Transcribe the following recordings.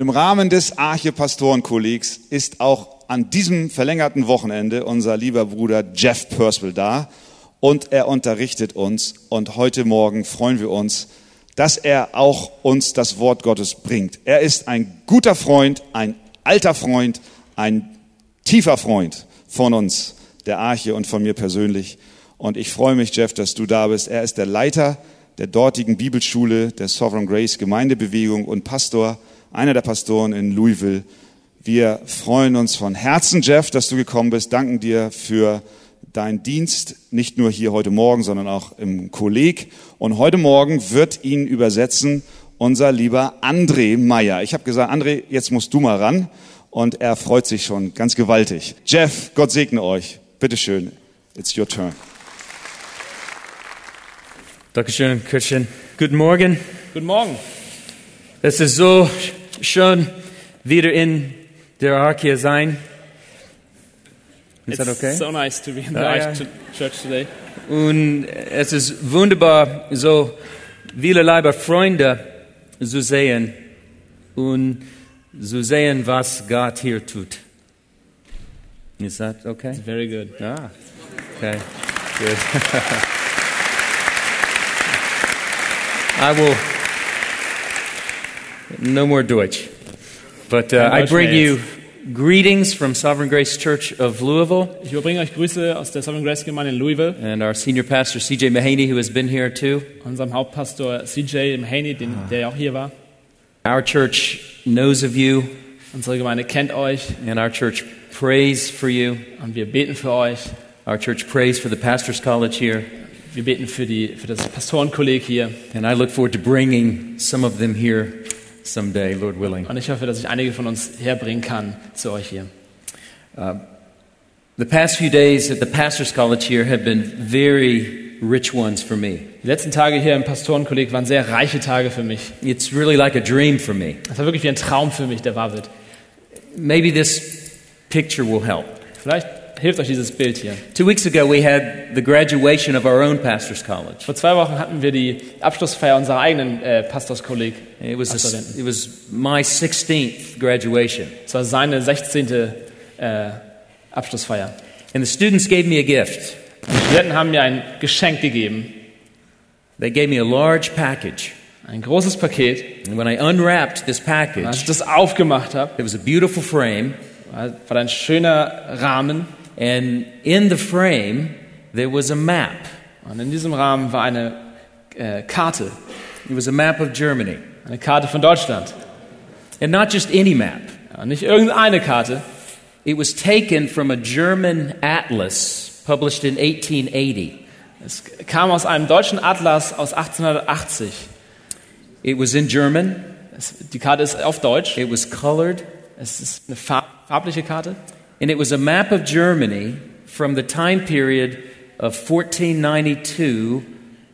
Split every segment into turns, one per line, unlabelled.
Im Rahmen des Arche-Pastorenkollegs ist auch an diesem verlängerten Wochenende unser lieber Bruder Jeff Percival da und er unterrichtet uns und heute Morgen freuen wir uns, dass er auch uns das Wort Gottes bringt. Er ist ein guter Freund, ein alter Freund, ein tiefer Freund von uns, der Arche und von mir persönlich. Und ich freue mich, Jeff, dass du da bist. Er ist der Leiter der dortigen Bibelschule der Sovereign Grace Gemeindebewegung und Pastor einer der Pastoren in Louisville. Wir freuen uns von Herzen, Jeff, dass du gekommen bist, danken dir für deinen Dienst, nicht nur hier heute Morgen, sondern auch im Kolleg. Und heute Morgen wird ihn übersetzen unser lieber André Meyer. Ich habe gesagt, André, jetzt musst du mal ran. Und er freut sich schon ganz gewaltig. Jeff, Gott segne euch. Bitteschön, it's your turn.
Dankeschön, Christian. Guten Morgen.
Guten Morgen.
Es ist so schön, wieder in der Arche sein. Ist
it's
das okay?
so nice to be in the
Ah,
Arch
ja.
ch- church today.
Und es ist wunderbar, so viele liebe Freunde zu sehen und zu sehen, was Gott hier tut. Ist das okay?
Very good.
Ah, okay. Good. I will. No more Deutsch. But uh,
Kein
I
Deutsch
bring
mehr
you greetings from Sovereign Grace Church of Louisville.
Ich überbringe euch Grüße aus der Sovereign Grace Gemeinde in Louisville,
And our senior pastor, CJ Mahaney, who has been here too.
unserem Hauptpastor CJ im Haney, den,
Ah.
der ja auch hier war.
Our church knows of you,
Unsere Gemeinde kennt euch
and our church prays for you.
und wir beten für euch.
Our church prays for the pastor's college here.
Wir beten für, die, für das Pastorenkolleg hier
And I look forward to bringing some of them here someday, Lord willing.
und ich hoffe, dass ich einige von uns herbringen kann zu euch hier.
The past few days at the pastor's college here have been very rich ones for me.
Die letzten Tage hier im Pastorenkolleg waren sehr reiche Tage für mich.
It's really like a dream for me.
Es war wirklich wie ein Traum für mich, der wahr wird.
Maybe this picture will help.
Vielleicht hilft euch dieses Bild hier.
Two weeks ago, we had the graduation of our own pastor's college.
Vor zwei Wochen hatten wir die Abschlussfeier unserer eigenen äh, Pastorskolleg.
It was,
Absolventen.
a, it was my 16th graduation.
Es war seine 16. Äh, Abschlussfeier.
And the students gave me a gift.
Die Studenten haben mir ein Geschenk gegeben,
They gave me a large package.
ein großes Paket.
And when I unwrapped this
Und als ich
package,
das aufgemacht habe,
it was a beautiful frame.
war war da ein schöner Rahmen.
And in the frame, there was a map.
Und in diesem Rahmen war eine äh, Karte,
It was a map of Germany.
eine Karte von Deutschland.
And not just any map,
Ja, nicht irgendeine Karte.
it was taken from a German atlas published in 1880.
Es kam aus einem deutschen Atlas aus 1880.
It was in German,
Es, die Karte ist auf Deutsch.
it was colored,
Es ist eine farb- farbliche Karte.
and it was a map of Germany from the time period of 1492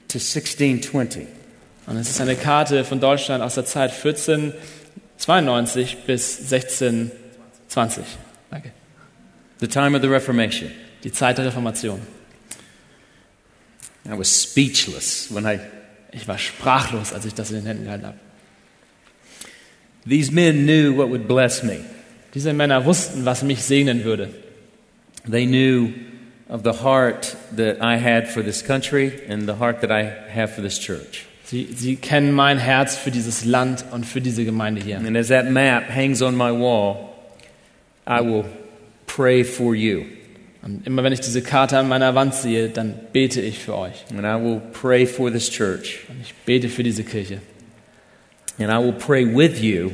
to 1620.
Und es ist eine Karte von Deutschland aus der Zeit 1492 bis 1620. Danke.
The time of the Reformation.
Die Zeit der Reformation.
I was speechless when I.
Ich war sprachlos, als ich das in den Händen gehalten habe.
These men knew what would bless me.
Diese Männer wussten, was mich segnen würde.
They knew of the heart that I had for this country and the heart that I have for this church.
Sie, sie kennen mein Herz für dieses Land und für diese Gemeinde hier.
And as that map hangs on my wall, I will pray for you.
Und immer wenn ich diese Karte an meiner Wand sehe, dann bete ich für euch.
And I will pray for this church.
Und ich bete für diese Kirche.
And I will pray with you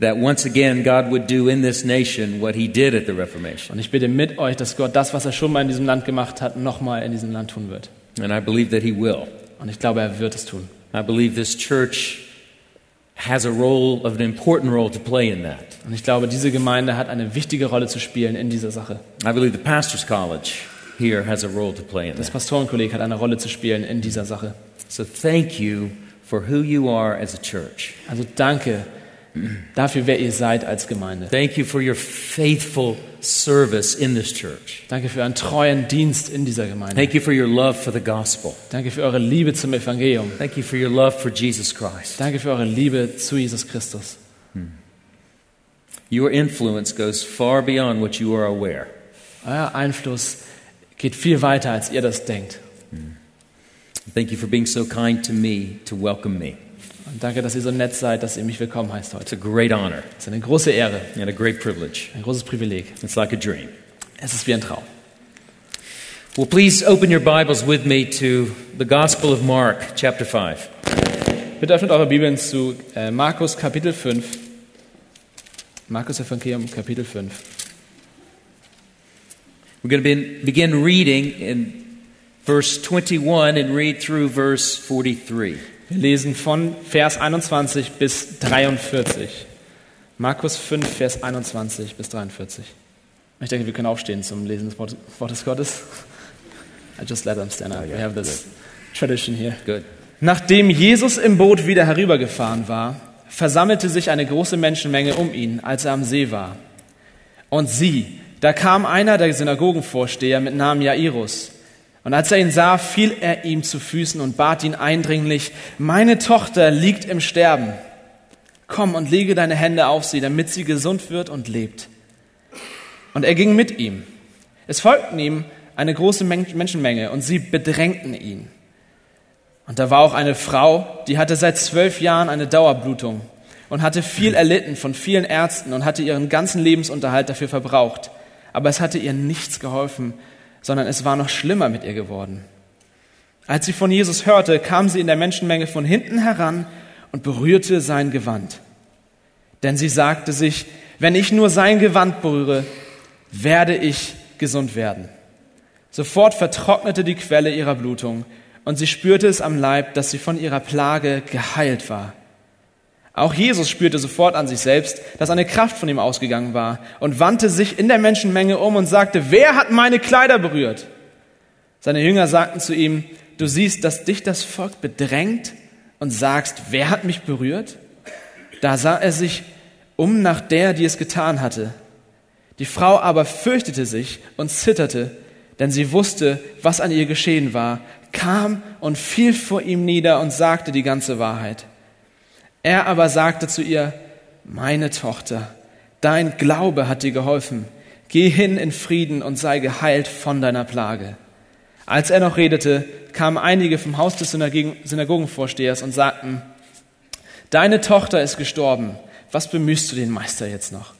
that once again God would do in this nation what he did at the Reformation.
Und ich bete mit euch, dass Gott das, was er schon mal in diesem Land gemacht hat, nochmal in diesem Land tun wird.
And I believe that he will.
Und ich glaube, er wird es tun.
I believe this church has a role, an important role to play in that.
Und ich glaube, diese Gemeinde hat eine wichtige Rolle zu spielen in dieser Sache.
I believe the pastor's college here has a role to play in
Das
that.
Pastorenkolleg hat eine Rolle zu spielen in dieser Sache.
So thank you for who you are as a church.
Also danke dafür, wer ihr seid als Gemeinde.
Thank you for your faithful service in this church.
Danke für euren treuen Dienst in dieser Gemeinde.
Thank you for your love for the gospel.
Danke für eure Liebe zum Evangelium.
Thank you for your love for Jesus Christ.
Danke für eure Liebe zu Jesus Christus.
Your influence goes far beyond what you are aware.
Euer Einfluss geht viel weiter, als ihr das denkt.
Thank you for being so kind to me to welcome me.
Und danke, dass ihr so nett seid, dass ihr mich willkommen heißt heute.
It's a great honor
Es ist eine große Ehre,
and a great privilege.
ein großes Privileg.
It's like a dream.
Es ist wie ein Traum.
Well, please open your Bibles with me to the Gospel of Mark, chapter 5.
Bitte öffnet eure Bibeln zu äh, Markus Kapitel 5. Markus Evangelium Kapitel 5.
We're going to be, begin reading in verse 21 and read through verse 43.
Wir lesen von Vers 21 bis 43. Markus 5, Vers 21 bis 43. Ich denke, wir können aufstehen zum Lesen des Wort- Wortes Gottes. I just let them stand up. We have this tradition here.
Good.
Nachdem Jesus im Boot wieder herübergefahren war, versammelte sich eine große Menschenmenge um ihn, als er am See war. Und sieh, da kam einer der Synagogenvorsteher mit Namen Jairus. Und als er ihn sah, fiel er ihm zu Füßen und bat ihn eindringlich, meine Tochter liegt im Sterben. Komm und lege deine Hände auf sie, damit sie gesund wird und lebt. Und er ging mit ihm. Es folgten ihm eine große Men- Menschenmenge und sie bedrängten ihn. Und da war auch eine Frau, die hatte seit zwölf Jahren eine Dauerblutung und hatte viel erlitten von vielen Ärzten und hatte ihren ganzen Lebensunterhalt dafür verbraucht. Aber es hatte ihr nichts geholfen, sondern es war noch schlimmer mit ihr geworden. Als sie von Jesus hörte, kam sie in der Menschenmenge von hinten heran und berührte sein Gewand. Denn sie sagte sich, wenn ich nur sein Gewand berühre, werde ich gesund werden. Sofort vertrocknete die Quelle ihrer Blutung, und sie spürte es am Leib, dass sie von ihrer Plage geheilt war. Auch Jesus spürte sofort an sich selbst, dass eine Kraft von ihm ausgegangen war, und wandte sich in der Menschenmenge um und sagte, wer hat meine Kleider berührt? Seine Jünger sagten zu ihm, du siehst, dass dich das Volk bedrängt und sagst, wer hat mich berührt? Da sah er sich um nach der, die es getan hatte. Die Frau aber fürchtete sich und zitterte, denn sie wusste, was an ihr geschehen war, kam und fiel vor ihm nieder und sagte die ganze Wahrheit. Er aber sagte zu ihr, meine Tochter, dein Glaube hat dir geholfen. Geh hin in Frieden und sei geheilt von deiner Plage. Als er noch redete, kamen einige vom Haus des Synagogen- Synagogenvorstehers und sagten, deine Tochter ist gestorben. Was bemühst du den Meister jetzt noch?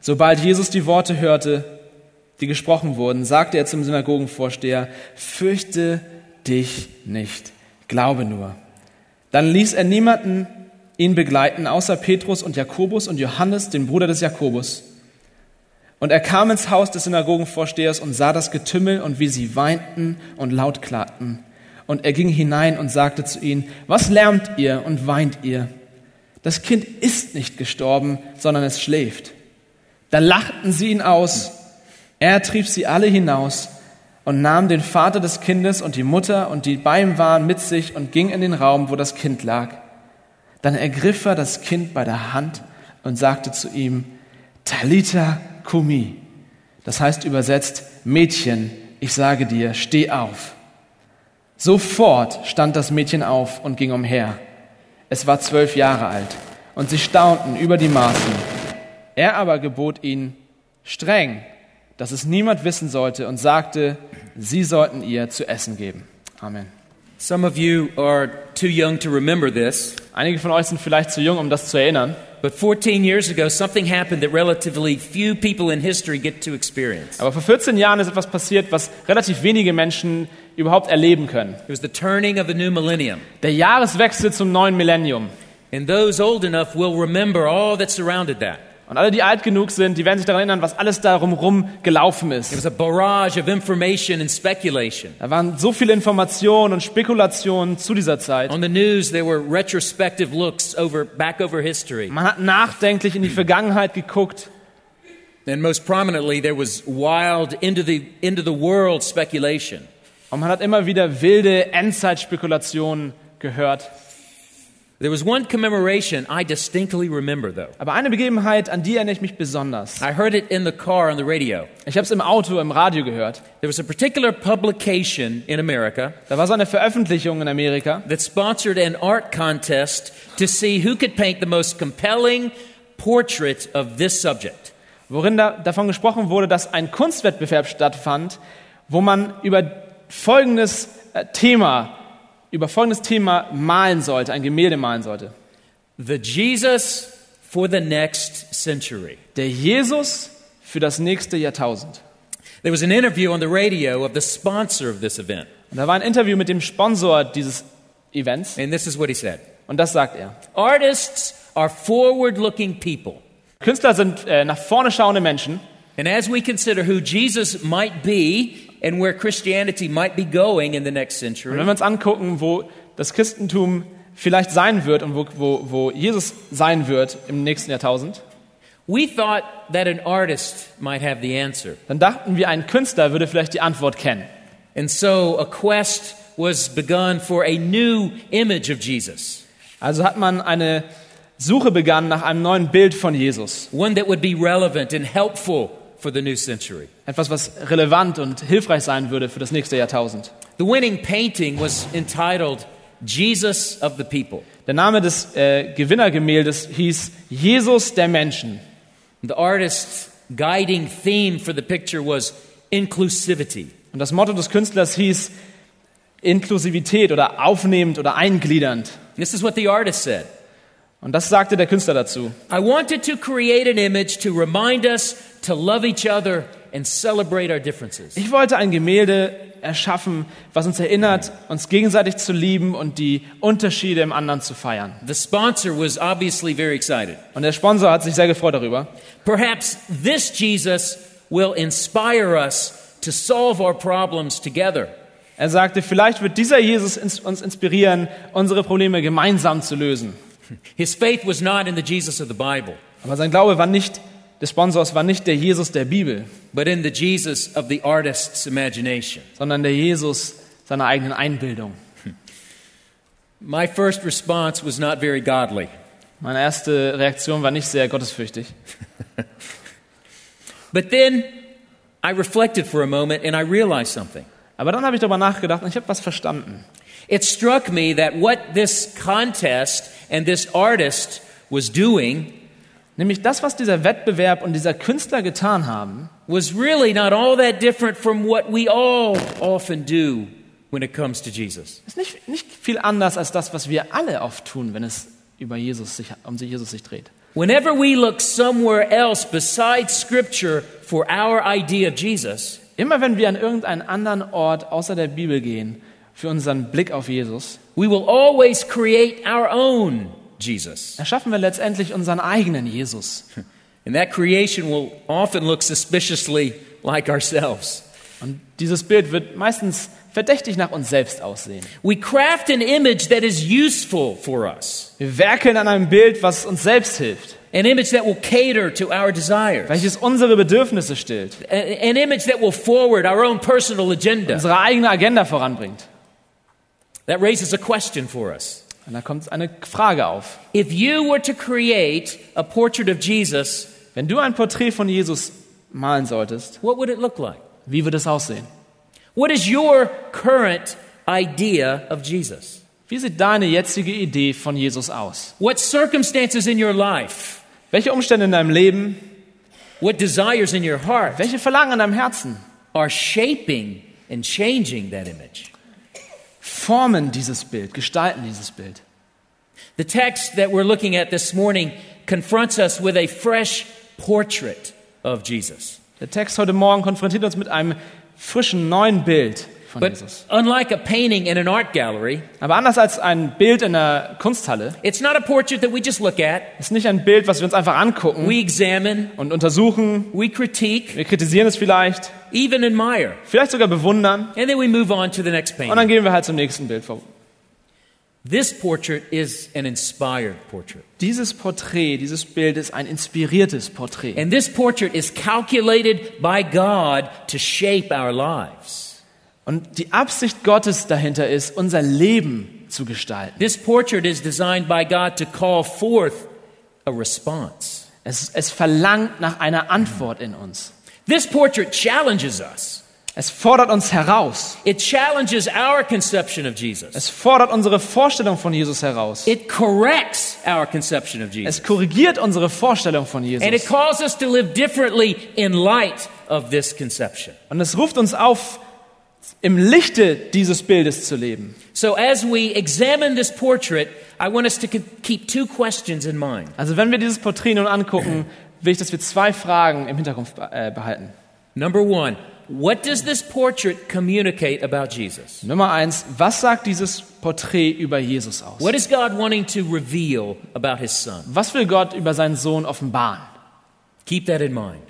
Sobald Jesus die Worte hörte, die gesprochen wurden, sagte er zum Synagogenvorsteher, fürchte dich nicht, glaube nur. Dann ließ er niemanden ihn begleiten, außer Petrus und Jakobus und Johannes, den Bruder des Jakobus. Und er kam ins Haus des Synagogenvorstehers und sah das Getümmel und wie sie weinten und laut klagten. Und er ging hinein und sagte zu ihnen, was lärmt ihr und weint ihr? Das Kind ist nicht gestorben, sondern es schläft. Da lachten sie ihn aus. Er trieb sie alle hinaus und nahm den Vater des Kindes und die Mutter und die bei ihm waren mit sich und ging in den Raum, wo das Kind lag. Dann ergriff er das Kind bei der Hand und sagte zu ihm, Talita Kumi. Das heißt übersetzt, Mädchen, ich sage dir, steh auf. Sofort stand das Mädchen auf und ging umher. Es war zwölf Jahre alt und sie staunten über die Maßen. Er aber gebot ihnen streng, dass es niemand wissen sollte und sagte, sie sollten ihr zu essen geben. Amen.
Some of you are too young to remember this,
Einige von euch sind vielleicht zu jung, um das zu erinnern,
but 14 years ago, something happened that relatively few people in history get to experience.
aber vor 14 Jahren ist etwas passiert, was relativ wenige Menschen überhaupt erleben können.
It was the turning of the new millennium.
Der Jahreswechsel zum neuen Millennium.
And those old enough will remember all that surrounded that.
Und alle, die alt genug sind, die werden sich daran erinnern, was alles darum rum gelaufen
It
ist.
was a barrage of information and speculation.
Da waren so viele Informationen und Spekulationen zu dieser Zeit.
On the news, there were retrospective looks over, back over history.
Man hat nachdenklich in die Vergangenheit geguckt.
And most prominently, there was wild, into the, into the world speculation.
Und man hat immer wieder wilde Endzeitspekulationen gehört.
There was one commemoration I distinctly remember, though.
Aber eine Begebenheit, an die erinnere ich mich besonders.
I heard it in the car on the radio.
Ich habe es im Auto, im Radio gehört.
There was a particular publication in America
Da war so eine Veröffentlichung in Amerika.
that sponsored an art contest to see who could paint the most compelling portrait of this subject.
worin da, davon gesprochen wurde, dass ein Kunstwettbewerb stattfand, wo man über folgendes äh, Thema, über folgendes Thema malen sollte, ein Gemälde malen sollte.
The Jesus for the next century.
Der Jesus für das nächste Jahrtausend.
There was an interview on the radio of the sponsor of this event,
Und da war ein Interview mit dem Sponsor dieses Events
and this is what he said
und das sagt er.
Artists are forward looking people.
Künstler sind äh, nach vorne schauende Menschen
And as we consider who Jesus might be and where Christianity might be going in the next
und wenn wir
century,
uns angucken, wo das Christentum vielleicht sein wird und wo, wo, wo Jesus sein wird im nächsten Jahrtausend,
we thought that an artist might have the answer.
dann dachten wir, ein Künstler würde vielleicht die Antwort kennen.
And so a quest was begun for a new image of Jesus,
Also hat man eine Suche begann nach einem neuen Bild von Jesus.
one that would be relevant and helpful for the new century.
Etwas, was relevant und hilfreich sein würde für das nächste Jahrtausend.
The winning painting was entitled Jesus of the People.
Der Name des äh, Gewinnergemäldes hieß Jesus der Menschen.
The artist's guiding theme for the picture was inclusivity.
Und das Motto des Künstlers hieß Inklusivität oder aufnehmend oder eingliedernd.
This is what the artist said.
Und das sagte der Künstler dazu.
I wanted to create an image to remind us to love each other and celebrate our differences.
Ich wollte ein Gemälde erschaffen, was uns erinnert, uns gegenseitig zu lieben und die Unterschiede im anderen zu feiern.
The sponsor was obviously very excited.
Und der Sponsor hat sich sehr gefreut darüber.
Perhaps this Jesus will inspire us to solve our problems together.
Er sagte, vielleicht wird dieser Jesus ins- uns inspirieren, unsere Probleme gemeinsam zu lösen.
His faith was not in the Jesus of the Bible,
Aber sein Glaube war nicht, des Sponsors war nicht der Jesus der Bibel,
but in the Jesus of the artist's imagination.
sondern der Jesus seiner eigenen Einbildung.
My first response was not very godly,
Meine erste Reaktion war nicht sehr gottesfürchtig.
but then I reflected for a moment and I realized something.
Aber dann habe ich darüber nachgedacht und ich habe was verstanden.
It struck me that what this contest and this artist was doing
Nämlich das, was dieser Wettbewerb und dieser Künstler getan haben,
was really not all that different from what we all often do when it comes to Jesus.
ist nicht, nicht viel anders als das, was wir alle oft tun, wenn es über Jesus sich, um Jesus sich dreht.
Whenever we look somewhere else besides Scripture for our idea of Jesus,
Immer wenn wir an irgendeinen anderen Ort außer der Bibel gehen, für unseren Blick auf Jesus,
we will always create our own Jesus.
erschaffen wir letztendlich unseren eigenen Jesus.
And that creation will often look suspiciously like ourselves.
Und dieses Bild wird meistens verdächtig nach uns selbst aussehen.
We craft an image that is useful for us,
Wir werkeln an einem Bild, was uns selbst hilft,
an image that will cater to our desires,
welches unsere Bedürfnisse stillt,
a- an image that will forward our own personal agenda.
unsere eigene Agenda voranbringt.
That raises a question for us.
Und da kommt eine Frage auf.
If you were to create a portrait of Jesus,
Wenn du ein Porträt von Jesus malen solltest,
what would it look like?
wie würde es aussehen?
What is your current idea of Jesus?
Wie sieht deine jetzige Idee von Jesus aus?
What circumstances in your life?
Welche Umstände in deinem Leben,
What desires in your heart
welche Verlangen in deinem Herzen
are shaping and changing that image?
formen dieses Bild, gestalten dieses Bild?
The text that we're looking at this morning confronts us with a fresh portrait of Jesus.
Der Text heute Morgen konfrontiert uns mit einem frischen, neuen Bild von
But
Jesus.
unlike a painting in an art gallery,
Aber anders als ein Bild in einer Kunsthalle,
it's not a portrait that we just look at,
ist nicht ein Bild, was wir uns einfach angucken
we examine,
und untersuchen.
we critique,
Wir kritisieren es vielleicht,
even admire,
vielleicht sogar bewundern.
and then we move on to the next
Und dann
painting.
gehen wir halt zum nächsten Bild vor.
This portrait is an inspired portrait.
Dieses Porträt, dieses Bild ist ein inspiriertes Porträt.
And this portrait is calculated by God to shape our lives.
Und die Absicht Gottes dahinter ist, unser Leben zu gestalten.
This portrait is designed by God to call forth a response.
Es, es verlangt nach einer Antwort in uns.
This portrait challenges us.
Es fordert uns heraus.
It challenges our conception of Jesus.
Es fordert unsere Vorstellung von Jesus heraus.
It corrects our conception of Jesus.
Es korrigiert unsere Vorstellung von
And it
Jesus.
calls us to live differently in light of this conception.
Und es ruft uns auf, im Lichte dieses Bildes zu leben.
So, as we examine this portrait, I want us to co- keep two questions in mind.
Also wenn wir dieses Porträt nun angucken, will ich, dass wir zwei Fragen im Hinterkopf be- äh, behalten.
Number one, what does this portrait communicate about Jesus?
Nummer eins, was sagt dieses Porträt über Jesus aus?
What is God wanting to reveal about his son?
Was will Gott über seinen Sohn offenbaren?
Keep that in mind.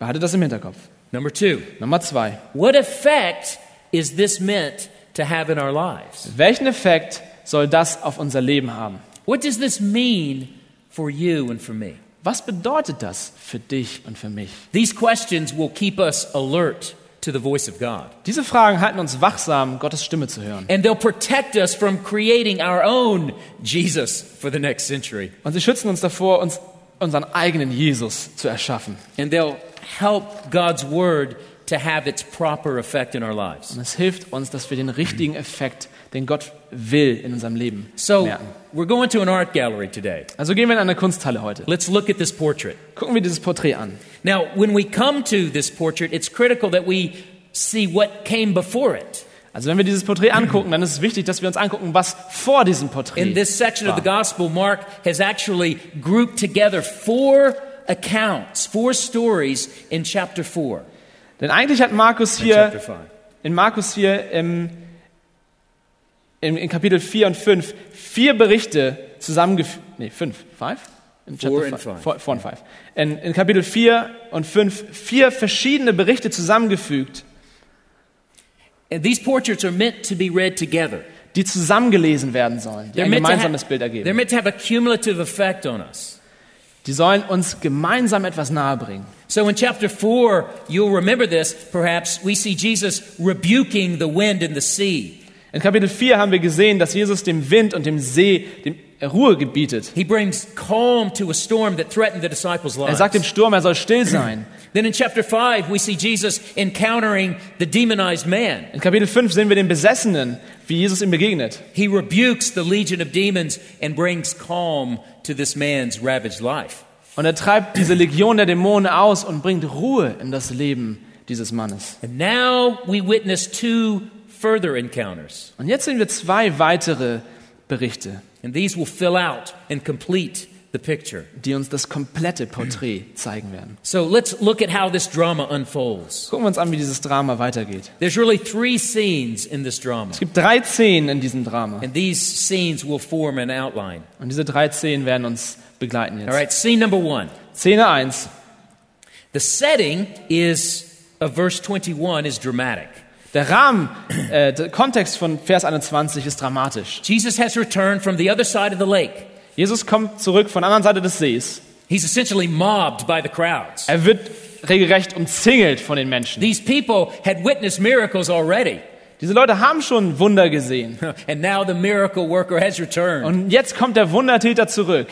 Behaltet das im Hinterkopf.
Number two,
Nummer zwei,
what effect is this meant to have in our lives?
welchen Effekt soll das auf unser Leben haben?
What does this mean for you and for me?
Was bedeutet das für dich und für mich?
These questions will keep us alert to the voice of God,
Diese Fragen halten uns wachsam, Gottes Stimme zu hören.
and they'll protect us from creating our own Jesus for the next century.
Und sie schützen uns davor, uns unseren eigenen Jesus zu erschaffen.
And they'll help God's word to have its proper effect in our lives.
Und es hilft uns, dass wir den richtigen Effekt, den Gott will, in unserem Leben
So,
merken.
we're going to an art gallery today.
Also gehen wir in eine Kunsthalle heute.
Let's look at this portrait.
Gucken wir dieses Porträt an.
Now, when we come to this portrait, it's critical that we see what came before it.
Also wenn wir dieses Porträt angucken, dann ist es wichtig, dass wir uns angucken, was vor diesem
In
Porträt
this section of the gospel, Mark has actually grouped together four accounts, four stories in chapter 4.
Denn eigentlich hat Markus
and Chapter
hier,
5.
in Markus hier im, im, in Kapitel 4 und 5 vier Berichte zusammengefügt. Nee, 5, 5? In
Four
Chapter
and
fi-
five.
Four, four and five. In, in Kapitel 4 und 5 vier verschiedene Berichte zusammengefügt,
And these portraits are meant to be read together.
die zusammengelesen werden sollen, die ein
meant to ha-
gemeinsames Bild
they're
ergeben.
meant to have a cumulative effect on us.
Die sollen uns gemeinsam etwas nahebringen.
So in chapter 4, you'll remember this, perhaps, we see Jesus rebuking the wind and the sea.
In Kapitel 4 haben wir gesehen, dass Jesus dem Wind und dem See dem äh, Ruhe gebietet.
He brings calm to a storm that threatened the disciples'
Er
lives.
sagt dem Sturm, er soll still sein.
Then in chapter 5, we see Jesus encountering the demonized man.
In Kapitel 5 sehen wir den Besessenen, wie Jesus ihm begegnet.
He rebukes the legion of demons and brings calm to this man's ravaged life.
Und er treibt diese Legion der Dämonen aus und bringt Ruhe in das Leben dieses Mannes.
And now we witness two further encounters,
Und jetzt sehen wir zwei weitere Berichte,
and these will fill out and complete the picture.
die uns das komplette Porträt zeigen werden.
So let's look at how this drama unfolds.
Gucken wir uns an, wie dieses Drama weitergeht.
There's really three scenes in this drama,
Es gibt drei Szenen in diesem Drama.
and these scenes will form an outline.
Und diese drei Szenen werden uns begleiten
All
jetzt.
right, scene number one.
Szene 1.
The setting is of verse 21 is dramatic.
Der Rahmen, äh, der Kontext von Vers 21 ist dramatisch.
Jesus has returned from the other side of the lake.
Jesus kommt zurück von der anderen Seite des Sees.
He's essentially mobbed by the crowds.
Er wird regelrecht umzingelt von den Menschen.
These people had witnessed miracles already,
Diese Leute haben schon Wunder gesehen.
and now the miracle worker has returned.
Und jetzt kommt der Wundertäter zurück.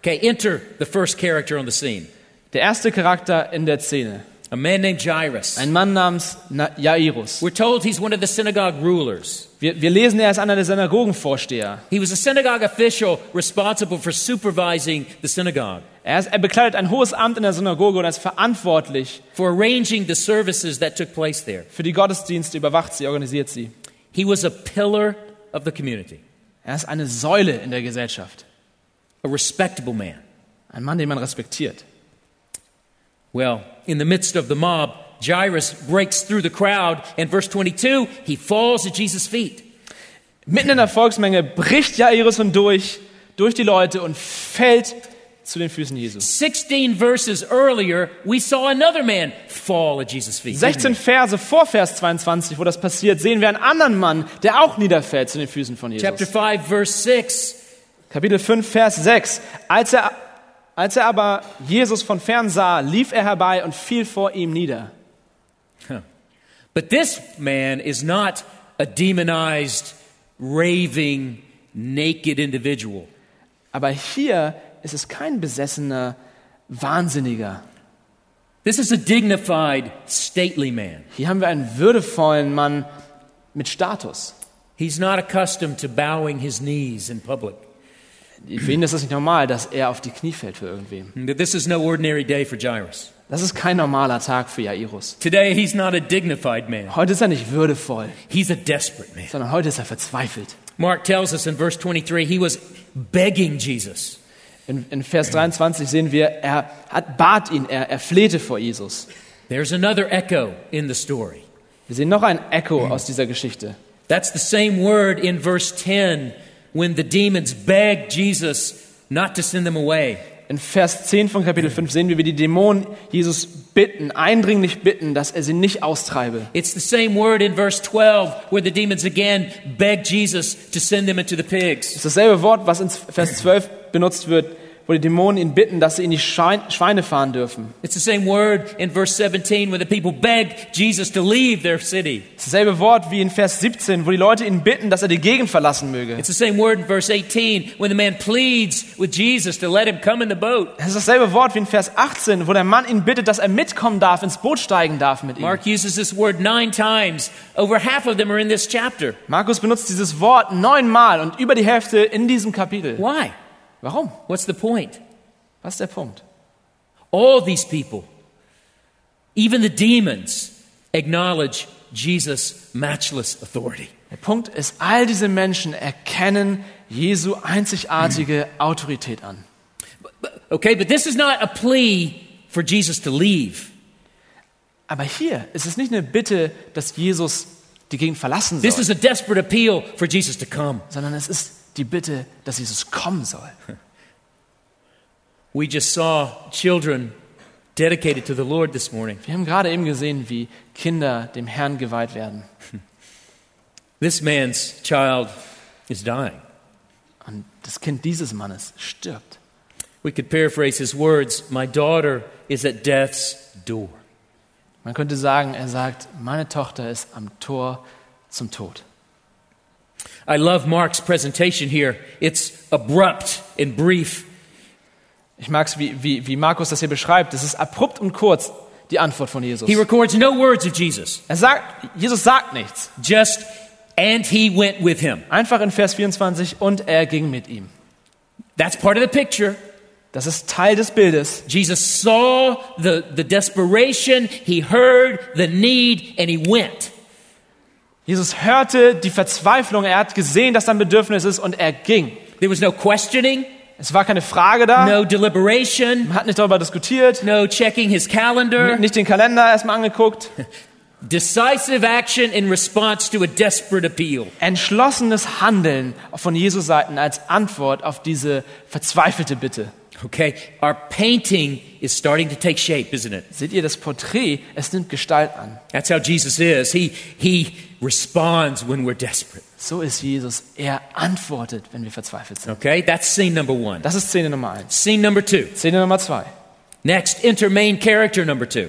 Okay, enter the first character on the scene
Der erste Charakter in der Szene.
a man named Jairus.
Ein Mann namens Na Jairus.
We're told he's one of the synagogue rulers.
Wir, wir lesen, er ist einer der Synagogenvorsteher.
He was a synagogue official responsible for supervising the synagogue,
Er, ist, er bekleidet ein hohes Amt in der Synagoge und er ist verantwortlich
for arranging the services that took place there.
für die Gottesdienste, überwacht sie, organisiert sie.
He was a pillar of the community,
Er ist eine Säule in der Gesellschaft.
a respectable man.
Ein Mann, den man respektiert.
Well, in the midst of the mob, Jairus breaks through the crowd, and verse 22, he falls at Jesus' feet.
Mitten in der Volksmenge bricht Jairus hindurch, durch die Leute und fällt zu den Füßen Jesu.
16 verses earlier, we saw another man fall at Jesus' feet.
16 Verse vor Vers 22, wo das passiert, sehen wir einen anderen Mann, der auch niederfällt zu den Füßen von
Chapter
Jesus.
5, verse 6,
Kapitel 5, Vers 6. Als er, als er aber Jesus von fern sah, lief er herbei und fiel vor ihm nieder.
But this man is not a demonized, raving, naked individual.
Aber hier ist es kein besessener Wahnsinniger.
This is a dignified, stately man.
Hier haben wir einen würdevollen Mann mit Status.
He's not accustomed to bowing his knees in public.
Für ihn ist es nicht normal, dass er auf die Knie fällt für irgendwem.
This is no ordinary day for Jairus.
Das ist kein normaler Tag für Jairus.
Today, he's not a dignified man,
Heute ist er nicht würdevoll,
he's a desperate man.
sondern heute ist er verzweifelt.
Mark tells us in verse 23 he was begging Jesus.
In, in Vers 23 sehen wir, er hat, bat ihn, er, er flehte vor Jesus.
There's another echo in the story.
Wir sehen noch ein Echo aus dieser Geschichte.
That's the same word in verse 10 when the demons begged Jesus not to send them away.
In Vers 10 von Kapitel 5 sehen wir, wie die Dämonen Jesus bitten, eindringlich bitten, dass er sie nicht austreibe.
It's the same word in verse 12 where the demons again begged Jesus to send them into the pigs.
Das ist dasselbe Wort, was in Vers 12 benutzt wird, wo die Dämonen ihn bitten, dass sie in die Schein- Schweine fahren dürfen.
It's the same word in verse 17 when the people begged Jesus to leave their city.
Das ist dasselbe Wort wie in Vers 17, wo die Leute ihn bitten, dass er die Gegend verlassen möge.
It's the same word in verse 18 when the man pleads with Jesus to let him come in the boat.
Das ist dasselbe Wort wie in Vers 18, wo der Mann ihn bittet, dass er mitkommen darf, ins Boot steigen darf mit ihm.
Mark uses this word nine times. Over half of them are in this chapter.
Markus benutzt dieses Wort neunmal und über die Hälfte in diesem Kapitel.
Why?
Warum?
What's the point?
Was ist der Punkt?
All these people, even the demons, acknowledge Jesus' matchless authority.
Der Punkt ist, all diese Menschen erkennen Jesu einzigartige Autorität an.
But- Okay, but this is not a plea for Jesus to leave.
Aber hier ist es nicht eine Bitte, dass Jesus die Gegend verlassen
This
soll,
is a desperate appeal for Jesus to come.
sondern es ist die Bitte, dass Jesus kommen soll.
We just saw children dedicated to the Lord this morning.
Wir haben gerade eben gesehen, wie Kinder dem Herrn geweiht werden.
This man's child is dying.
Und das Kind dieses Mannes stirbt.
We could paraphrase his words My daughter is at death's door.
Man könnte sagen, er sagt, meine Tochter ist am Tor zum Tod.
I love Mark's presentation here. It's abrupt and brief.
Ich mag es, wie, wie, wie Markus das hier beschreibt. Es ist abrupt und kurz, die Antwort von Jesus.
He records no words of Jesus,
Er sagt, Jesus sagt nichts.
just, and he went with him.
Einfach in Vers 24, und er ging mit ihm.
That's part of the picture.
Das ist Teil des Bildes.
Jesus saw the, the desperation, he heard the need, and he went.
Jesus hörte die Verzweiflung, er hat gesehen, dass da ein Bedürfnis ist und er ging.
There was no questioning,
Es war keine Frage da,
no deliberation,
man hat nicht darüber diskutiert,
no checking his calendar.
nicht den Kalender erstmal angeguckt.
Decisive action in response to a desperate appeal.
Entschlossenes Handeln von Jesus Seiten als Antwort auf diese verzweifelte Bitte.
Okay, our painting is starting to take shape, isn't it?
Seht ihr das Porträt? Es nimmt Gestalt an.
That's how Jesus is. He, he responds when we're desperate.
So ist Jesus. Er antwortet, wenn wir verzweifelt sind.
Okay, that's scene number one.
Das ist Szene Nummer eins.
Scene number two.
Szene Nummer zwei.
Next, enter main character number two.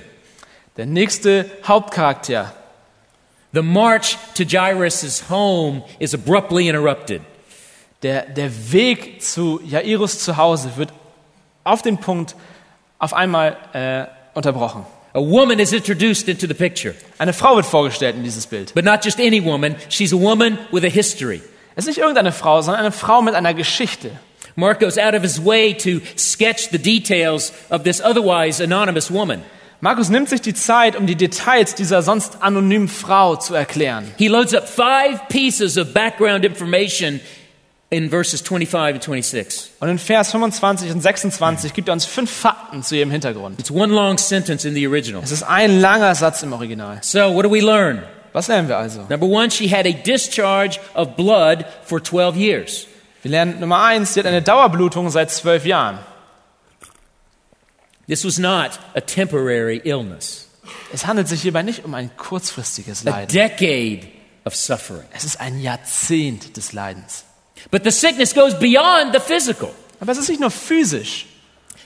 Der nächste Hauptcharakter.
The march to Jairus' home is abruptly interrupted.
Der, der Weg zu Jairus zu Hause wird auf den Punkt auf einmal äh, unterbrochen.
A woman is introduced into the picture,
Eine Frau wird vorgestellt in dieses Bild.
but not just any woman. She's a woman with a history.
Es ist nicht irgendeine Frau, sondern eine Frau mit einer Geschichte.
Mark goes out of his way to sketch the details of this otherwise anonymous woman.
Markus nimmt sich die Zeit, um die Details dieser sonst anonymen Frau zu erklären.
He loads up five pieces of background information in verses 25 and 26.
Und in Vers 25 und 26 gibt er uns fünf Fakten zu ihrem Hintergrund.
It's one long sentence in the original.
Es ist ein langer Satz im Original.
So, what do we learn?
Was lernen wir also?
Number one, she had a discharge of blood for 12 years.
Wir lernen Nummer eins, sie hat eine Dauerblutung seit zwölf Jahren.
This was not a temporary illness,
Es handelt sich hierbei nicht um ein kurzfristiges
a
Leiden.
decade of suffering.
Es ist ein Jahrzehnt des Leidens.
But the sickness goes beyond the physical.
Aber es ist nicht nur physisch.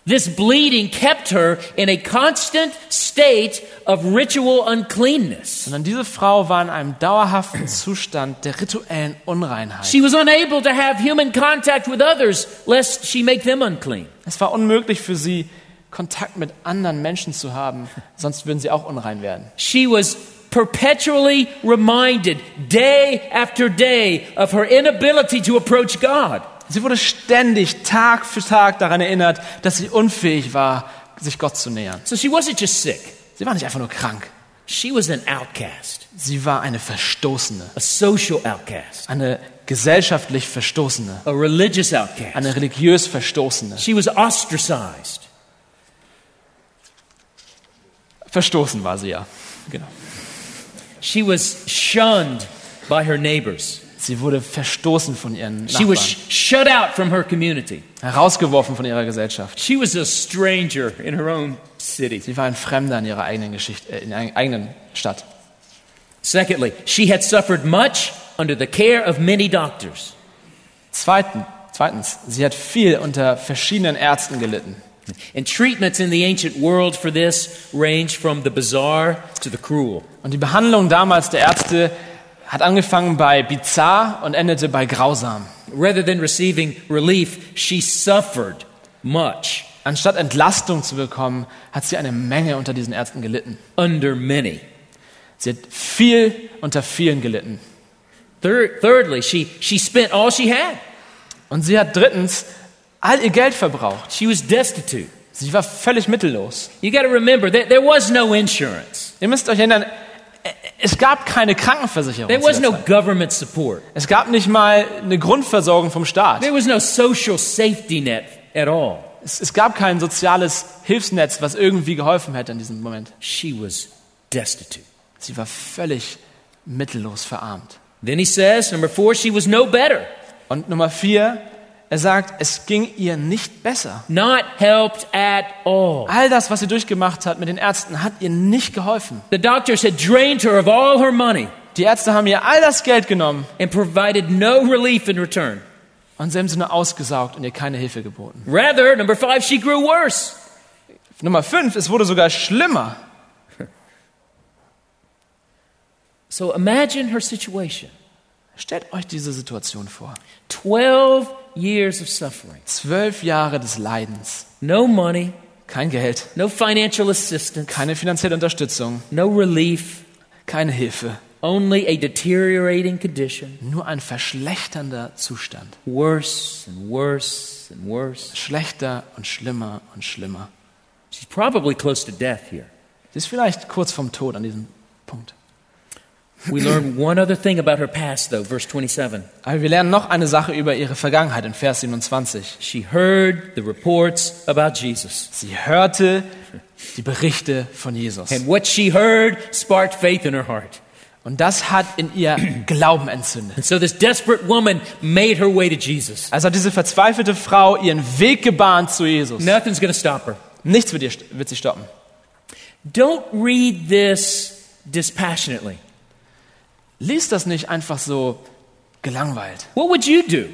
This bleeding kept her in a constant state of ritual uncleanness.
Sondern diese Frau war in einem dauerhaften Zustand der rituellen Unreinheit.
She was unable to have human contact with others lest she make them unclean.
Es war unmöglich für sie, Kontakt mit anderen Menschen zu haben, sonst würden sie auch unrein werden.
She was perpetually reminded day after day of her inability to approach God.
Sie wurde ständig Tag für Tag daran erinnert, dass sie unfähig war, sich Gott zu nähern.
So she wasn't just sick,
Sie war nicht einfach nur krank.
she was an outcast,
Sie war eine Verstoßene,
a social outcast,
eine gesellschaftlich Verstoßene,
a religious outcast.
eine religiös Verstoßene.
She was ostracized.
Verstoßen war sie ja. Genau.
She was shunned by her neighbors.
Sie wurde verstoßen von ihren
She
Nachbarn,
was sh- shut out from her community.
herausgeworfen von ihrer Gesellschaft.
She was a stranger in her own city.
Sie war ein Fremder in ihrer eigenen Geschichte, äh, in ihrer eigenen Stadt.
Secondly, she had suffered much under the care of many doctors.
Zweiten, zweitens, sie hat viel unter verschiedenen Ärzten gelitten.
And treatments in the ancient world for this range from the bizarre to the cruel.
Und die Behandlung damals der Ärzte hat angefangen bei bizarr und endete bei grausam.
Rather than receiving relief, she suffered much
Anstatt Entlastung zu bekommen, hat sie eine Menge unter diesen Ärzten gelitten.
under many.
Sie hat viel unter vielen gelitten.
Third, thirdly, she, she spent all she had.
Und sie hat drittens all ihr Geld verbraucht.
She was destitute.
Sie war völlig mittellos.
You got to remember that there was no insurance.
Ihr müsst euch erinnern, e, es gab keine Krankenversicherung.
There
zu der
was no
Zeit.
government support.
Es gab nicht mal eine Grundversorgung vom Staat.
There was no social safety net at all.
Es, es gab kein soziales Hilfsnetz, was irgendwie geholfen hätte in diesem Moment.
She was destitute.
Sie war völlig mittellos verarmt.
Then he says, number four, she was no better,
Und Nummer vier, er sagt, es ging ihr nicht besser.
not helped at all.
All das, was sie durchgemacht hat mit den Ärzten, hat ihr nicht geholfen.
The doctors had drained her of all her money
Die Ärzte haben ihr all das Geld genommen
and provided no relief in return.
und sie haben sie nur ausgesaugt und ihr keine Hilfe geboten.
Rather, number five, she grew worse.
Nummer fünf, es wurde sogar schlimmer.
So imagine her situation
Stellt euch diese Situation vor.
12 years of suffering,
Zwölf Jahre des Leidens.
no money,
Kein Geld,
no financial assistance,
keine finanzielle Unterstützung,
no relief.
keine Hilfe.
Only a deteriorating condition,
Nur ein verschlechternder Zustand.
worse and worse and worse.
Schlechter und schlimmer und schlimmer.
She's probably close to death here.
Sie ist vielleicht kurz vom Tod an diesem Punkt.
We learn one other thing about her past, though, verse 27.
Aber wir lernen noch eine Sache über ihre Vergangenheit in Vers 27.
She heard the reports about Jesus.
Sie hörte die Berichte von Jesus.
And what she heard sparked faith in her heart.
Und das hat in ihr Glauben entzündet.
And so this desperate woman made her way to Jesus.
Also hat diese verzweifelte Frau ihren Weg gebahnt zu Jesus.
Nothing's going to stop her.
Nichts wird, ihr, st- wird sie stoppen.
Don't read this dispassionately.
Lies das nicht einfach so gelangweilt.
What would you do?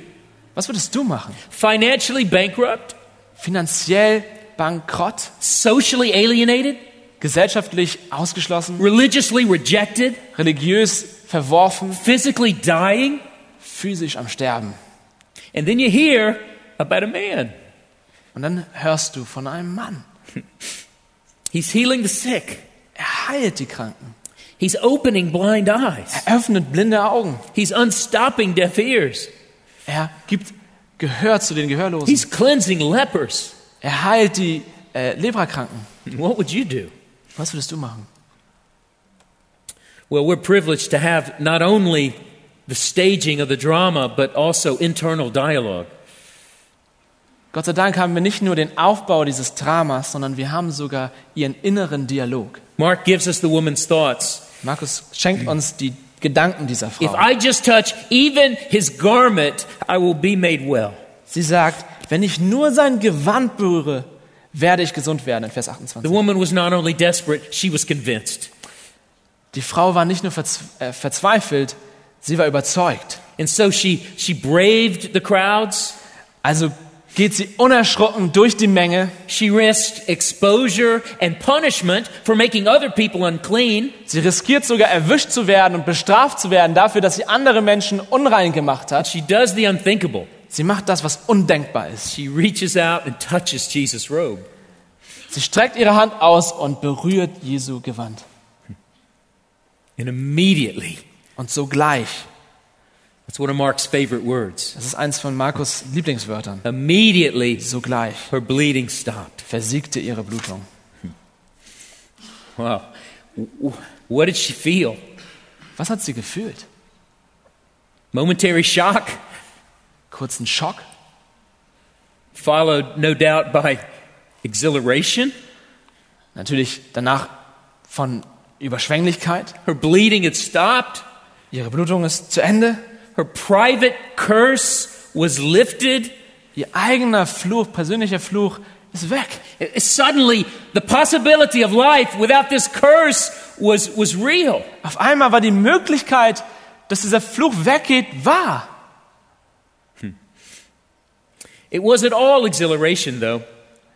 Was würdest du machen?
Financially bankrupt?
Finanziell bankrott?
Socially alienated?
Gesellschaftlich ausgeschlossen?
Religiously rejected?
Religiös verworfen?
physically dying,
Physisch am Sterben?
and then you hear about a man.
Und dann hörst du von einem Mann.
He's healing the sick.
Er heilt die Kranken.
He's opening blind eyes.
Er öffnet blinde Augen.
He's unstopping deaf ears.
Er gibt Gehör zu den Gehörlosen.
He's cleansing lepers.
er heilt die äh, Lebrakranken.
What would you do?
Was würdest du machen?
Well, we're privileged to have not only the staging of the drama, but also internal dialogue.
Gott sei Dank haben wir nicht nur den Aufbau dieses Dramas, sondern wir haben sogar ihren inneren Dialog.
Mark gives us the woman's thoughts.
Markus schenkt uns die Gedanken dieser
If
Frau.
I just touch even his garment, I will be made well.
Sie sagt, wenn ich nur sein Gewand berühre, werde ich gesund werden, in Vers
The
28.
woman was not only desperate, she was convinced.
Die Frau war nicht nur verz äh, verzweifelt, sie war überzeugt.
And so she, she braved the crowds.
Also geht sie unerschrocken durch die Menge.
She risked exposure and punishment for making other people unclean.
Sie riskiert sogar erwischt zu werden und bestraft zu werden dafür, dass sie andere Menschen unrein gemacht hat.
She does the unthinkable.
Sie macht das, was undenkbar ist.
She reaches out and touches Jesus' robe.
Sie streckt ihre Hand aus und berührt Jesu Gewand.
And immediately,
Und sogleich,
that's one of Mark's favorite words.
das ist eins von Markus Lieblingswörtern,
Immediately,
sogleich
her bleeding stopped.
versiegte ihre Blutung.
Wow. W- w- What did she feel?
Was hat sie gefühlt?
Momentary shock,
Kurzen Schock,
followed no doubt by exhilaration.
natürlich danach von Überschwänglichkeit.
Her bleeding had stopped.
Ihre Blutung ist zu Ende.
Her private curse was lifted.
Ihr eigener Fluch, persönlicher Fluch ist weg.
Suddenly, the possibility of life without this curse was, was real.
Auf einmal war die Möglichkeit, dass dieser Fluch weggeht, wahr.
It wasn't all exhilaration, though.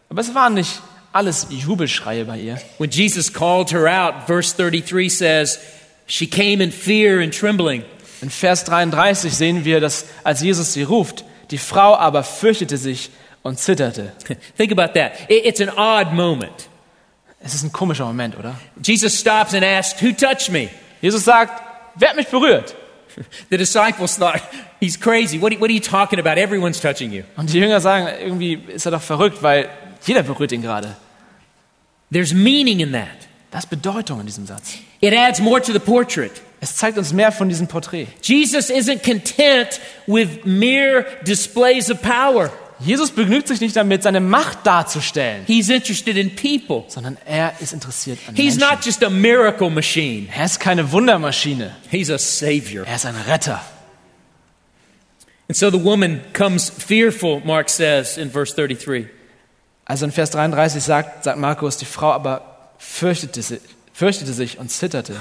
Aber es waren nicht alles Jubelschreie bei ihr.
When Jesus called her out, verse 33 says, She came in fear and trembling.
In Vers 33 sehen wir, dass als Jesus sie ruft, die Frau aber fürchtete sich und zitterte.
Think about that. It- It's an odd moment.
Es ist ein komischer Moment, oder?
Jesus stops and asks, Who touched me?
Jesus sagt, wer hat mich berührt?
The disciples thought, He's crazy. What are, what are you talking about? Everyone's touching you.
Und die Jünger sagen, irgendwie ist er doch verrückt, weil jeder berührt ihn gerade.
There's meaning in that.
Das ist Bedeutung in diesem Satz.
It adds more to the portrait.
Es zeigt uns mehr von diesem Porträt.
Jesus isn't content with mere displays of power.
Jesus begnügt sich nicht damit, seine Macht darzustellen,
He's interested in people.
sondern er ist interessiert an
He's
Menschen.
not just a miracle machine,
Er ist keine Wundermaschine,
he's a savior.
er ist ein Retter.
And so the woman comes fearful, Mark says in verse 33.
Also in Vers 33 sagt, sagt Markus, die Frau aber fürchtete, si- fürchtete sich und zitterte.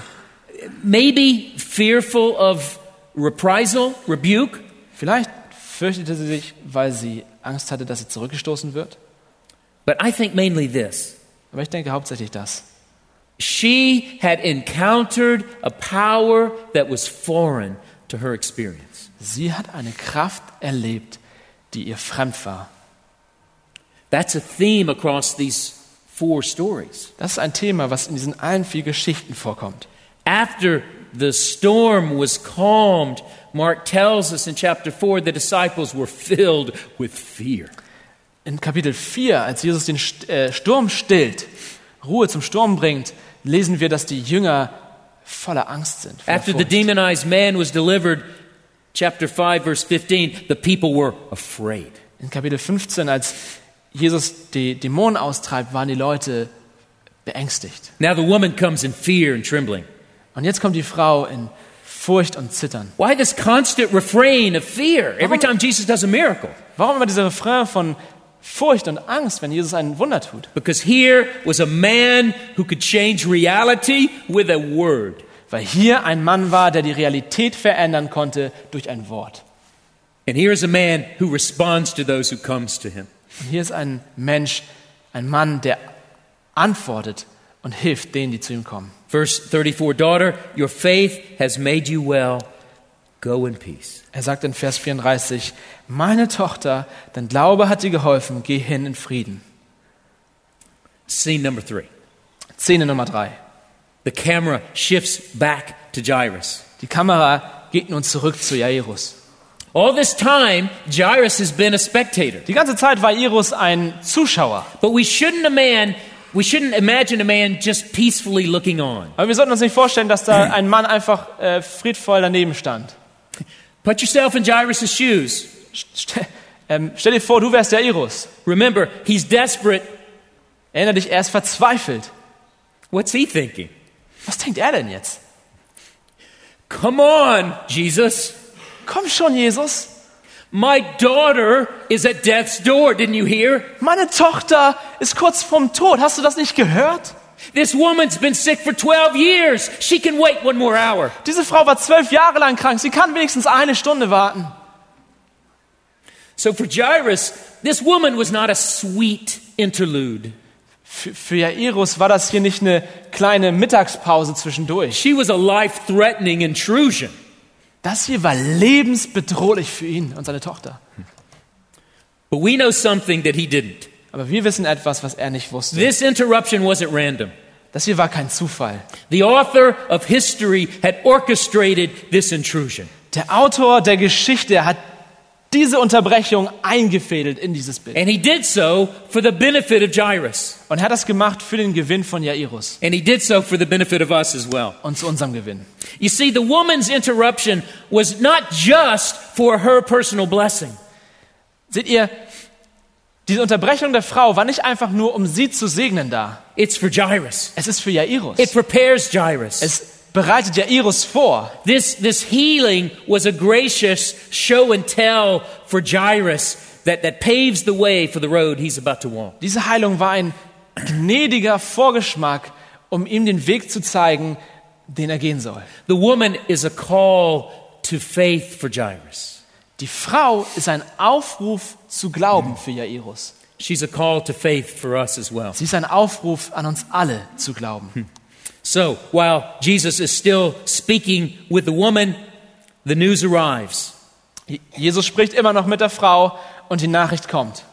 Maybe fearful of reprisal, rebuke.
Vielleicht fürchtete sie sich, weil sie Angst hatte, dass sie zurückgestoßen wird.
But I think mainly this
Aber ich denke hauptsächlich das.
she had encountered a power that was foreign to her experience.
Sie hat eine Kraft erlebt, die ihr fremd war.
That's a theme across these four stories.
Das ist ein Thema, was in diesen allen vier Geschichten vorkommt.
After the storm was calmed, Mark tells us in chapter 4 the disciples were filled with fear.
In Kapitel 4, als Jesus den St- äh, Sturm stillt, Ruhe zum Sturm bringt, lesen wir, dass die Jünger voller Angst sind. voller
After the
Furcht.
demonized man was delivered, chapter 5, verse 15, the people were afraid.
In Kapitel 15, als Jesus die Dämonen austreibt, waren die Leute beängstigt.
Now the woman comes in fear and trembling.
Und jetzt kommt die Frau in Furcht und Zittern.
Why this constant refrain of fear every time Jesus does a miracle?
Warum immer dieser Refrain von Furcht und Angst, wenn Jesus ein Wunder tut?
Because here was a man who could change reality with a word.
Weil hier ein Mann war, der die Realität verändern konnte durch ein Wort.
And here is a man who responds to those who comes to him.
Und hier ist ein Mensch, ein Mann, der antwortet und hilft denen, die zu ihm kommen.
Verse 34 Daughter, your faith has made you well. Go in peace.
Er sagt in Vers 34, meine Tochter, dein Glaube hat dir geholfen, geh hin in Frieden.
Scene number three.
Szene Nummer drei.
The camera shifts back to Jairus.
Die Kamera geht nun zurück zu Jairus.
All this time, Jairus has been a spectator.
Die ganze Zeit war Jairus ein Zuschauer.
But we shouldn't a man, we shouldn't imagine a man just peacefully looking on.
Aber wir sollten uns nicht vorstellen, dass da ein Mann einfach äh, friedvoll daneben stand.
Put yourself in Jairus' shoes.
St ähm, stell dir vor, du wärst Jairus.
Remember, he's desperate.
Erinnere dich, er ist verzweifelt.
What's he thinking?
Was denkt er denn jetzt?
Come on, Jesus.
Komm schon, Jesus.
My daughter is at death's door. Didn't you hear?
Meine Tochter ist kurz vorm Tod. Hast du das nicht gehört?
This woman's been sick for 12 years. She can wait one more hour.
Diese Frau war zwölf Jahre lang krank. Sie kann wenigstens eine Stunde warten.
So for Jairus, this woman was not a sweet interlude.
Für, für Jairus war das hier nicht eine kleine Mittagspause zwischendurch.
She was a life threatening intrusion.
Das hier war lebensbedrohlich für ihn und seine Tochter.
But we know something that he didn't.
Aber wir wissen etwas, was er nicht wusste.
This interruption wasn't random.
Das hier war kein Zufall.
The author of history had orchestrated this intrusion.
Der Autor der Geschichte hat diese Unterbrechung eingefädelt in dieses Bild.
And he did so for the benefit of Jairus.
Und er hat das gemacht für den Gewinn von Jairus
And he did so for the benefit of us as well.
und zu unserem Gewinn.
You see, the woman's interruption was not just for her personal blessing.
Seht ihr, diese Unterbrechung der Frau war nicht einfach nur, um sie zu segnen da.
It's for Jairus.
Es ist für Jairus.
It prepares Jairus.
Es bereitet Jairus vor.
This, this healing was a gracious show and tell for Jairus that, that paves the way for the road he's about to walk.
Diese Heilung war ein gnädiger Vorgeschmack, um ihm den Weg zu zeigen, den er gehen soll.
The woman is a call to faith for Jairus.
Die Frau ist ein Aufruf zu glauben für Jairus.
She's a call to faith for us as well.
Sie ist ein Aufruf an uns alle zu glauben.
So while Jesus is still speaking with the woman, the news arrives.
Je- Jesus spricht immer noch mit der Frau und die Nachricht kommt.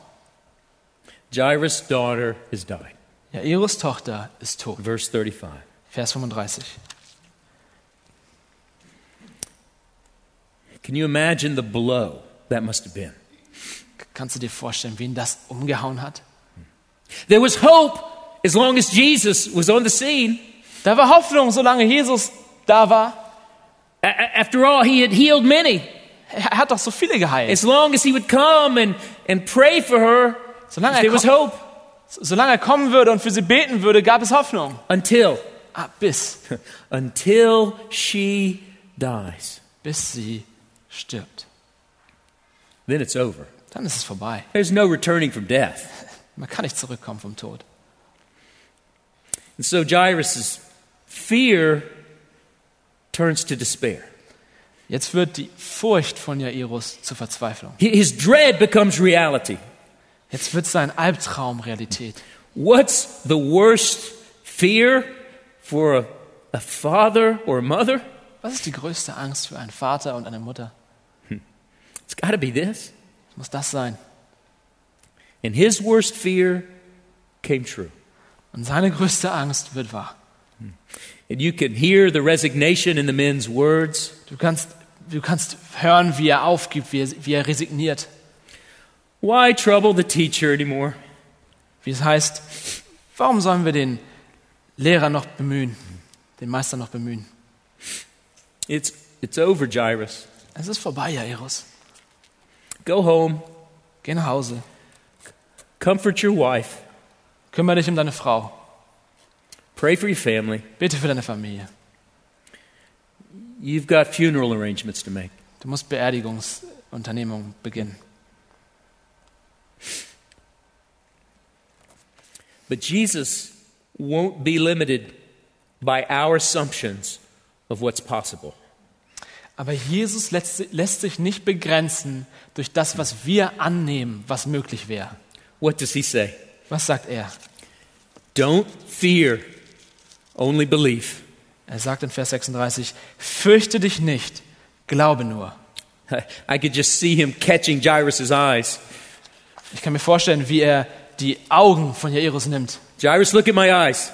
Jairus' daughter has died.
Jairus Tochter ist tot.
Verse 35.
Vers 35.
Can you imagine the blow that must have been?
Kannst du dir vorstellen, wen das umgehauen hat?
There was hope as long as Jesus was on the scene.
Da war Hoffnung, solange Jesus da war.
A- a- after all, he had healed many.
Er hat doch so viele geheilt.
As long as he would come and, and pray for her,
Solange er,
there was
ko
hope.
solange er kommen würde und für sie beten würde, gab es Hoffnung.
Until,
Ah, bis,
until she dies.
bis sie stirbt.
Then it's over.
Dann ist es vorbei.
There's no returning from death.
Man kann nicht zurückkommen vom Tod.
And so Jairus' fear turns to despair.
Jetzt wird die Furcht von Jairus zur Verzweiflung.
Hi- His dread becomes reality.
Jetzt wird sein Albtraum Realität.
What's the worst fear for a, a father or a mother?
Was ist die größte Angst für einen Vater und eine Mutter?
It's got to be this.
Es muss das sein.
And his worst fear came true.
Und seine größte Angst wird wahr.
And you can hear the resignation in the men's words.
Du kannst, du kannst hören, wie er aufgibt, wie er, wie er resigniert.
Why trouble the teacher anymore?
Wie es heißt, warum sollen wir den Lehrer noch bemühen, den Meister noch bemühen?
It's, it's over, Jairus.
Es ist vorbei, Jairus.
Go home,
Geh nach Hause.
comfort your wife,
Kümmere dich um deine Frau.
pray for your family.
Bete für deine Familie.
You've got funeral arrangements to make.
Du musst Beerdigungsunternehmung beginnen.
But Jesus won't be limited by our assumptions of what's possible.
Aber Jesus lässt, lässt sich nicht begrenzen durch das, was wir annehmen, was möglich wäre.
What does he say?
Was sagt er?
Don't fear, only believe.
Er sagt in Vers 36, fürchte dich nicht, glaube nur.
I, I could just see him catching Jairus' eyes.
Ich kann mir vorstellen, wie er die Augen von Jairus nimmt.
Jairus, look at my eyes.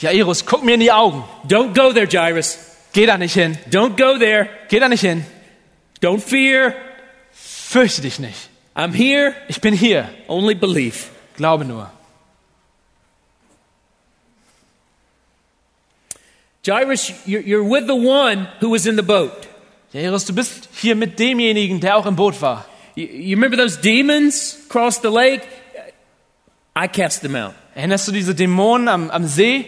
Jairus, guck mir in die Augen.
Don't go there, Jairus.
Geh da nicht hin.
Don't go there.
Geh da nicht hin.
Don't fear.
Fürchte dich nicht.
I'm here,
Ich bin hier.
only believe.
Glaube nur.
Jairus, you're, you're with the one who was in the boat.
Jairus, du bist hier mit demjenigen, der auch im Boot war.
You, you remember those demons crossed the lake? I cast them out.
Erinnerst du diese Dämonen am, am See?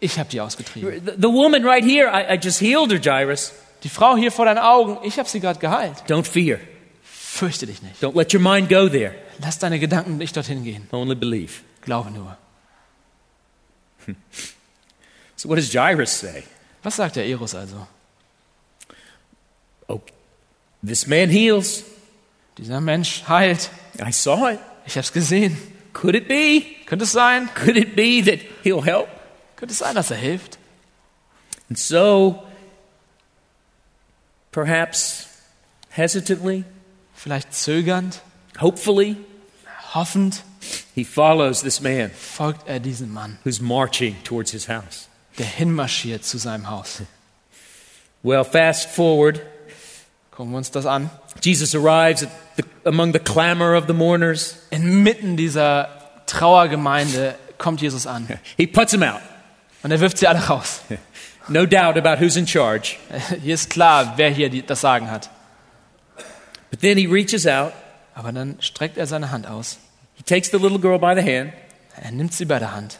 Ich habe die ausgetrieben.
The, the woman right here, I, I just healed her, Jairus.
Die Frau hier vor deinen Augen, ich habe sie gerade geheilt.
Don't fear.
Fürchte dich nicht.
Don't let your mind go there.
Lass deine Gedanken nicht dorthin gehen.
Only believe.
Glaube nur.
So, what does Jairus say?
Was sagt der Eros also?
Oh, this man heals.
Dieser Mensch heilt.
I saw it.
Ich hab's gesehen.
Could it be?
Könnte es sein?
Could it be that he'll help?
Könnte es sein, dass er hilft?
And so, perhaps hesitantly,
Vielleicht zögernd,
hopefully,
hoffend
he follows this man
folgt er diesem Mann,
who's marching towards his house.
der hinmarschiert zu seinem Haus.
Well, fast forward,
Gucken wir uns das an.
Jesus arrives at the, among the clamor of the mourners.
Inmitten dieser Trauergemeinde kommt Jesus an
He puts them out.
und er wirft sie alle raus.
No doubt about who's in charge.
Hier ist klar, wer hier die, das Sagen hat.
But then he reaches out,
Aber dann streckt er seine Hand aus.
he takes the little girl by the hand,
Er nimmt sie bei der Hand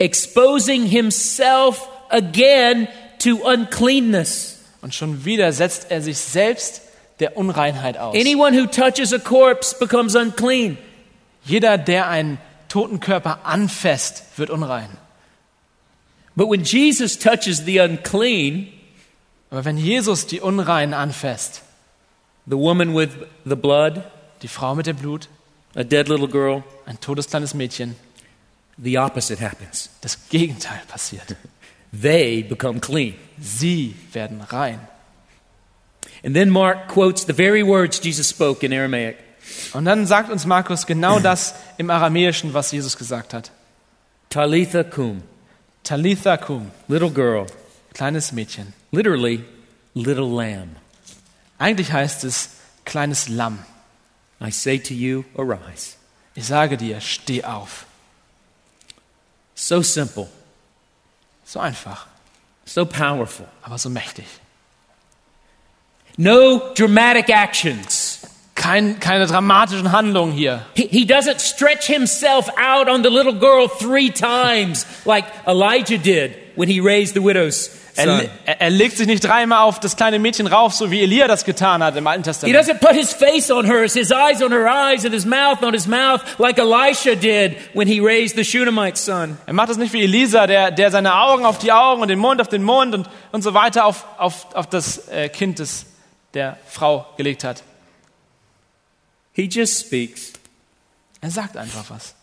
exposing himself again to uncleanness.
und schon wieder setzt er sich selbst der Unreinheit aus.
Anyone who touches a corpse becomes unclean.
Jeder, der einen toten Körper anfasst, wird unrein.
But when Jesus touches the unclean,
Aber wenn Jesus die Unreinen anfasst,
the woman with the blood,
die Frau mit dem Blut,
a dead little girl,
ein totes kleines Mädchen,
the opposite happens.
das Gegenteil passiert.
They become clean.
Sie werden rein.
And then Mark quotes the very words Jesus spoke in Aramaic.
Und dann sagt uns Markus genau das im Aramäischen, was Jesus gesagt hat.
Talitha cum,
Talitha cum,
little girl,
kleines Mädchen.
literally, little lamb.
Eigentlich heißt es kleines Lamm.
I say to you, arise.
Ich sage dir, steh auf.
So simple,
So einfach,
so powerful.
aber so mächtig.
No dramatic actions.
Kein, keine dramatischen Handlungen hier.
He, he doesn't stretch himself out on the little girl three times like Elijah did when he raised the widow's
Er,
son.
er, er legt sich nicht dreimal auf das kleine Mädchen rauf, so wie Elia das getan hat im Alten
He
Testament.
doesn't put his face on hers, his eyes on her eyes, and his mouth on his mouth like Elisha did when he raised the Shunammite son.
Er macht das nicht wie Elisa, der, der seine Augen auf die Augen und den Mund auf den Mund und, und so weiter auf, auf, auf das äh, Kind des, der Frau gelegt hat.
He just speaks.
Er sagt einfach was.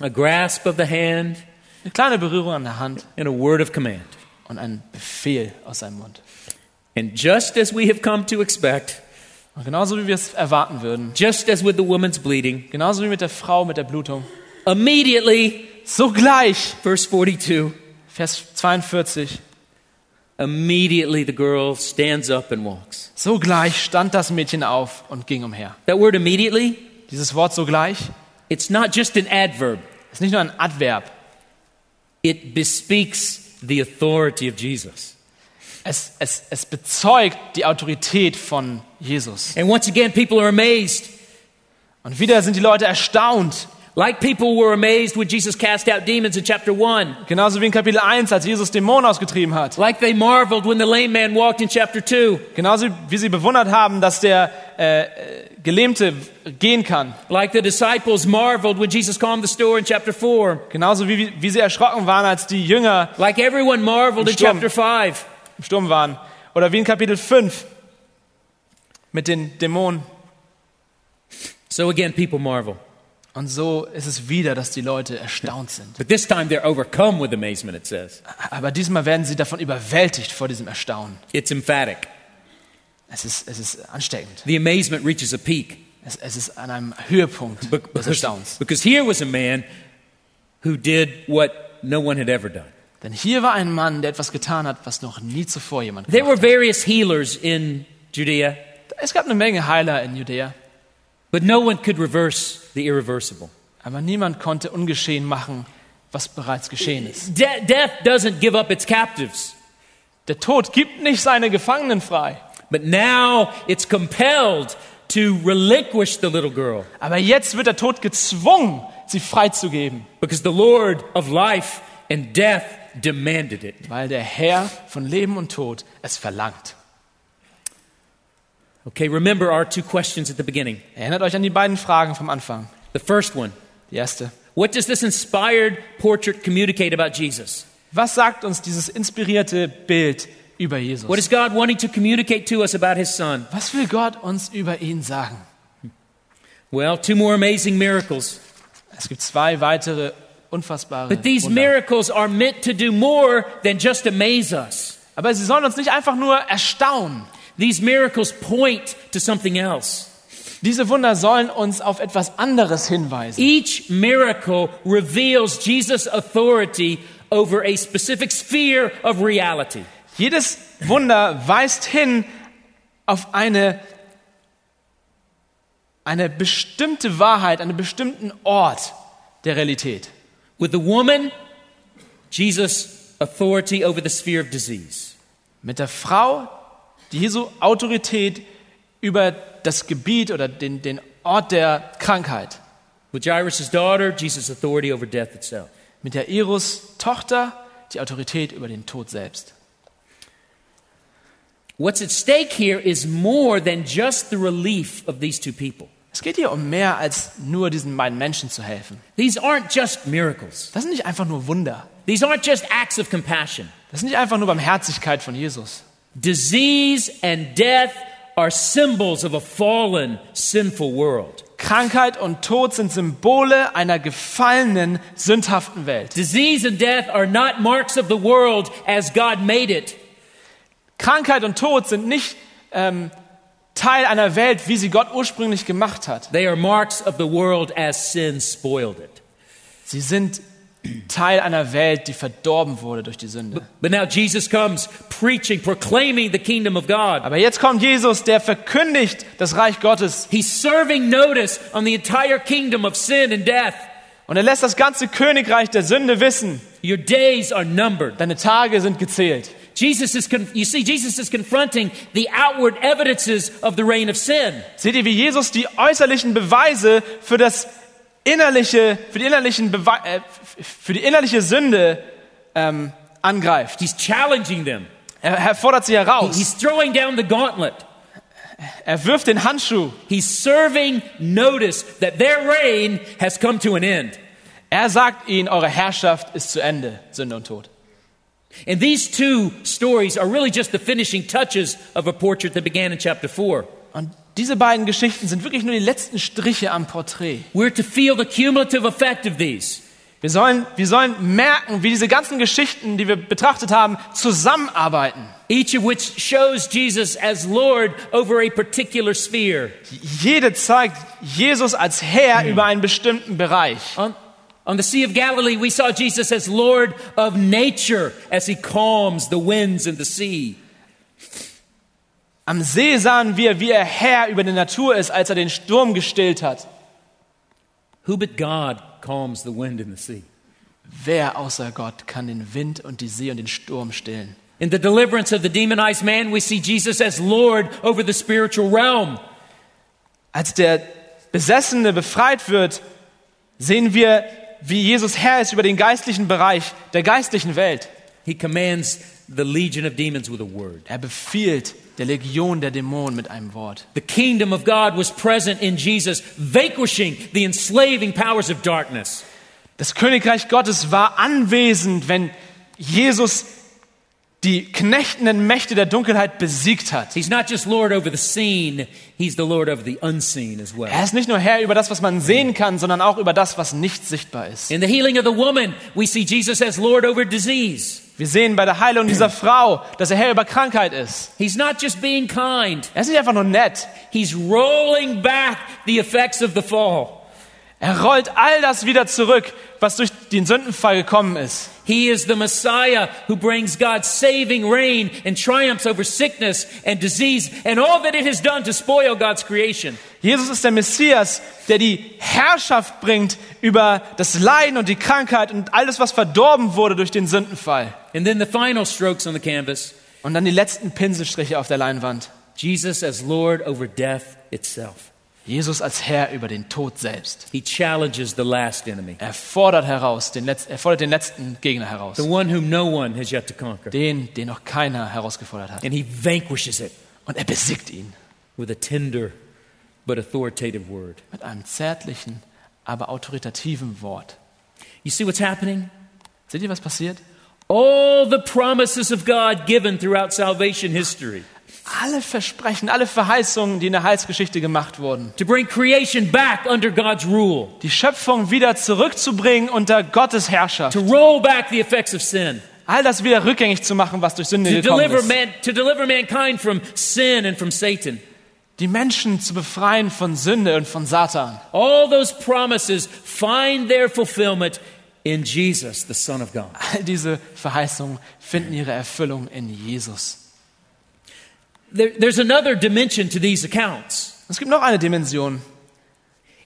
A grasp of the hand
Eine kleine Berührung an der Hand
and a word of command.
und ein Befehl aus seinem Mund.
And just as we have come to expect,
Und genauso wie wir es erwarten würden,
just as with the woman's bleeding,
genauso wie mit der Frau mit der Blutung,
immediately,
sogleich,
verse 42,
Vers 42,
immediately the girl stands up and walks.
sogleich stand das Mädchen auf und ging umher.
That word immediately,
Dieses Wort sogleich
it's not just an adverb,
ist nicht nur ein Adverb,
it bespeaks the authority of Jesus.
es, es, es bezeugt die Autorität von Jesus.
And once again, people are amazed.
Und wieder sind die Leute erstaunt,
Like people were amazed when Jesus cast out demons in chapter 1.
genauso wie in Kapitel 1, als Jesus Dämonen ausgetrieben hat.
Like they marveled when the lame man walked in chapter 2.
Genauso wie sie bewundert haben, dass der äh, äh, Gelähmte gehen kann.
Like the disciples marveled when Jesus calmed the storm in chapter 4.
Genauso wie- wie, wie sie erschrocken waren, als die Jünger
Like everyone marveled in
Sturm.
chapter 5.
im Sturm waren. Oder wie in Kapitel 5 mit den Dämonen.
So again, people marvel.
Und so ist es wieder, dass die Leute erstaunt sind.
But this time they're overcome with amazement, it says.
Aber diesmal werden sie davon überwältigt vor diesem Erstaunen.
It's emphatic.
Es ist, es ist ansteckend.
The amazement reaches a peak.
Es, es ist an einem Höhepunkt
Be-
des Erstaunens.
because here was a man who did what no one had ever done.
Denn hier war ein Mann, der etwas getan hat, was noch nie zuvor jemand
There
gemacht
were various healers in Judea,
hat. Es gab eine Menge Heiler in Judäa,
but no one could reverse the irreversible.
aber niemand konnte ungeschehen machen, was bereits geschehen ist.
De- death doesn't give up its captives,
Der Tod gibt nicht seine Gefangenen frei.
but now it's compelled to relinquish the little girl
Aber jetzt wird der Tod gezwungen, sie freizugeben.
because the Lord of life and death demanded it.
weil der Herr von Leben und Tod es verlangt.
Okay, remember our two questions at the beginning.
Erinnert euch an die beiden Fragen vom Anfang.
The first one
Die erste.
What does this inspired portrait communicate about Jesus?
Was sagt uns dieses inspirierte Bild über Jesus?
What is God wanting to communicate to us about his son?
Was will Gott uns über ihn sagen?
Well, two more amazing miracles.
Es gibt zwei weitere unfassbare
But these
Wunder.
miracles are meant to do more than just amaze us.
Aber sie sollen uns nicht einfach nur erstaunen.
These miracles point to something else.
Diese Wunder sollen uns auf etwas anderes hinweisen.
Each miracle reveals Jesus' authority over a specific sphere of reality.
Jedes Wunder weist hin auf eine, eine bestimmte Wahrheit, einen bestimmten Ort der Realität.
With the woman, Jesus' authority over the sphere of disease.
Mit der Frau, die Jesu Autorität über das Gebiet oder den, den Ort der Krankheit.
With Jairus' daughter, Jesus' authority over death itself.
Mit der Irus Tochter, die Autorität über den Tod selbst.
What's at stake here is more than just the relief of these two people.
Es geht hier um mehr als nur diesen beiden Menschen zu helfen.
These aren't just miracles.
Das sind nicht einfach nur Wunder.
These aren't just acts of compassion.
Das sind nicht einfach nur Barmherzigkeit von Jesus.
Disease and death are symbols of a fallen, sinful world.
Krankheit und Tod sind Symbole einer gefallenen, sündhaften Welt.
Disease and death are not marks of the world as God made it.
Krankheit und Tod sind nicht ähm, Teil einer Welt, wie sie Gott ursprünglich gemacht hat.
They are marks of the world as sin spoiled it.
Sie sind Teil einer Welt, die verdorben wurde durch die Sünde.
But now Jesus comes preaching, proclaiming the kingdom of God.
Aber jetzt kommt Jesus, der verkündigt das Reich Gottes
He's serving notice on the entire kingdom of sin and death.
und er lässt das ganze Königreich der Sünde wissen.
Your days are numbered.
Deine Tage sind gezählt.
Jesus is con- you see Jesus is confronting the outward evidences of the reign of sin.
Seht ihr, wie Jesus die äußerlichen Beweise für das innerliche, für die innerlichen Bewe äh, für die innerliche Sünde ähm, angreift.
He's challenging them.
Er, er fordert sie heraus.
He's throwing down the gauntlet.
Er wirft den Handschuh.
He's serving notice that their reign has come to an end.
Er sagt ihnen, eure Herrschaft ist zu Ende, Sünde und Tod.
And these two stories are really just the finishing touches of a portrait that began in chapter 4.
Und diese beiden Geschichten sind wirklich nur die letzten Striche am Porträt.
We're to feel the cumulative effect of these.
Wir sollen, wir sollen merken, wie diese ganzen Geschichten, die wir betrachtet haben, zusammenarbeiten.
Each of which shows Jesus as Lord over a particular sphere.
Jede zeigt Jesus als Herr über einen bestimmten Bereich.
On, on the Sea of Galilee, we saw Jesus as Lord of nature as he calms the winds and the sea.
Am See sahen wir, wie er Herr über die Natur ist, als er den Sturm gestillt hat.
Who but God calms the wind and the sea?
Wer außer Gott kann den Wind und die See und den Sturm stillen?
In the deliverance of the demonized man, we see Jesus as Lord over the spiritual realm.
Als der Besessene befreit wird, sehen wir, wie Jesus Herr ist über den geistlichen Bereich der geistlichen Welt.
He commands the legion of demons with a word.
Er befiehlt der Legion der Dämonen mit einem Wort.
The kingdom of God was present in Jesus, vanquishing the enslaving powers of darkness.
Das Königreich Gottes war anwesend, wenn Jesus die knechtenden Mächte der Dunkelheit besiegt hat.
He's not just Lord over the seen, he's the Lord over the unseen as well.
Er ist nicht nur Herr über das, was man sehen kann, sondern auch über das, was nicht sichtbar ist.
In the healing of the woman, we see Jesus as Lord over disease.
Wir sehen bei der Heilung dieser Frau, dass er Herr über Krankheit ist.
He's not just being kind,
Er ist nicht einfach nur nett.
he's rolling back the effects of the fall.
Er rollt all das wieder zurück, was durch den Sündenfall gekommen ist.
He is the Messiah who brings God's saving reign and triumphs over sickness and disease and all that it has done to spoil God's creation.
Jesus ist der Messias, der die Herrschaft bringt über das Leiden und die Krankheit und alles, was verdorben wurde durch den Sündenfall.
And then the final strokes on the canvas
Und dann die letzten Pinselstriche auf der Leinwand.
Jesus as Lord over death itself.
Jesus als Herr über den Tod selbst.
He challenges the last enemy,
Er fordert heraus, den Letz-, er fordert den letzten Gegner heraus.
the one whom no one has yet to conquer.
Den, den noch keiner herausgefordert hat.
And he vanquishes it
Und er besiegt ihn
with a tender but authoritative word.
mit einem zärtlichen, aber autoritativen Wort.
You see what's happening?
Seht ihr, was passiert?
All the promises of God given throughout salvation history
alle Versprechen, alle Verheißungen, die in der Heilsgeschichte gemacht wurden.
to bring creation back under God's rule,
Die Schöpfung wieder zurückzubringen unter Gottes Herrschaft.
to roll back the effects of sin,
All das wieder rückgängig zu machen, was durch Sünde
to
gekommen
deliver,
ist.
man, to deliver mankind from sin and from Satan.
Die Menschen zu befreien von Sünde und von Satan.
All those promises find their fulfillment in Jesus, the Son of God.
All diese Verheißungen finden ihre Erfüllung in Jesus.
There, there's another dimension to these accounts.
Es gibt noch eine Dimension.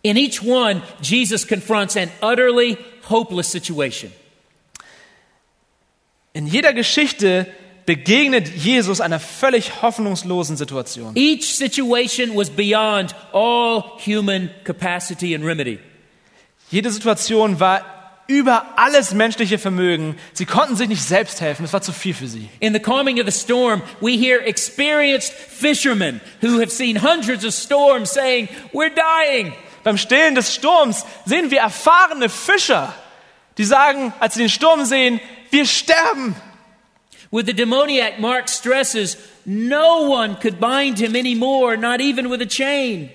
In each one, Jesus confronts an utterly hopeless situation.
In jeder Geschichte begegnet Jesus einer völlig hoffnungslosen Situation.
Each situation was beyond all human capacity and remedy.
Jede Situation war über alles menschliche Vermögen. Sie konnten sich nicht selbst helfen. Es war zu viel für sie.
In the calming of the storm, we hear experienced fishermen who have seen hundreds of storms saying, We're dying.
Beim Stillen des Sturms sehen wir erfahrene Fischer, die sagen, als sie den Sturm sehen, wir sterben.
With the demoniac, Mark stresses, No one could bind him anymore, not even with a chain.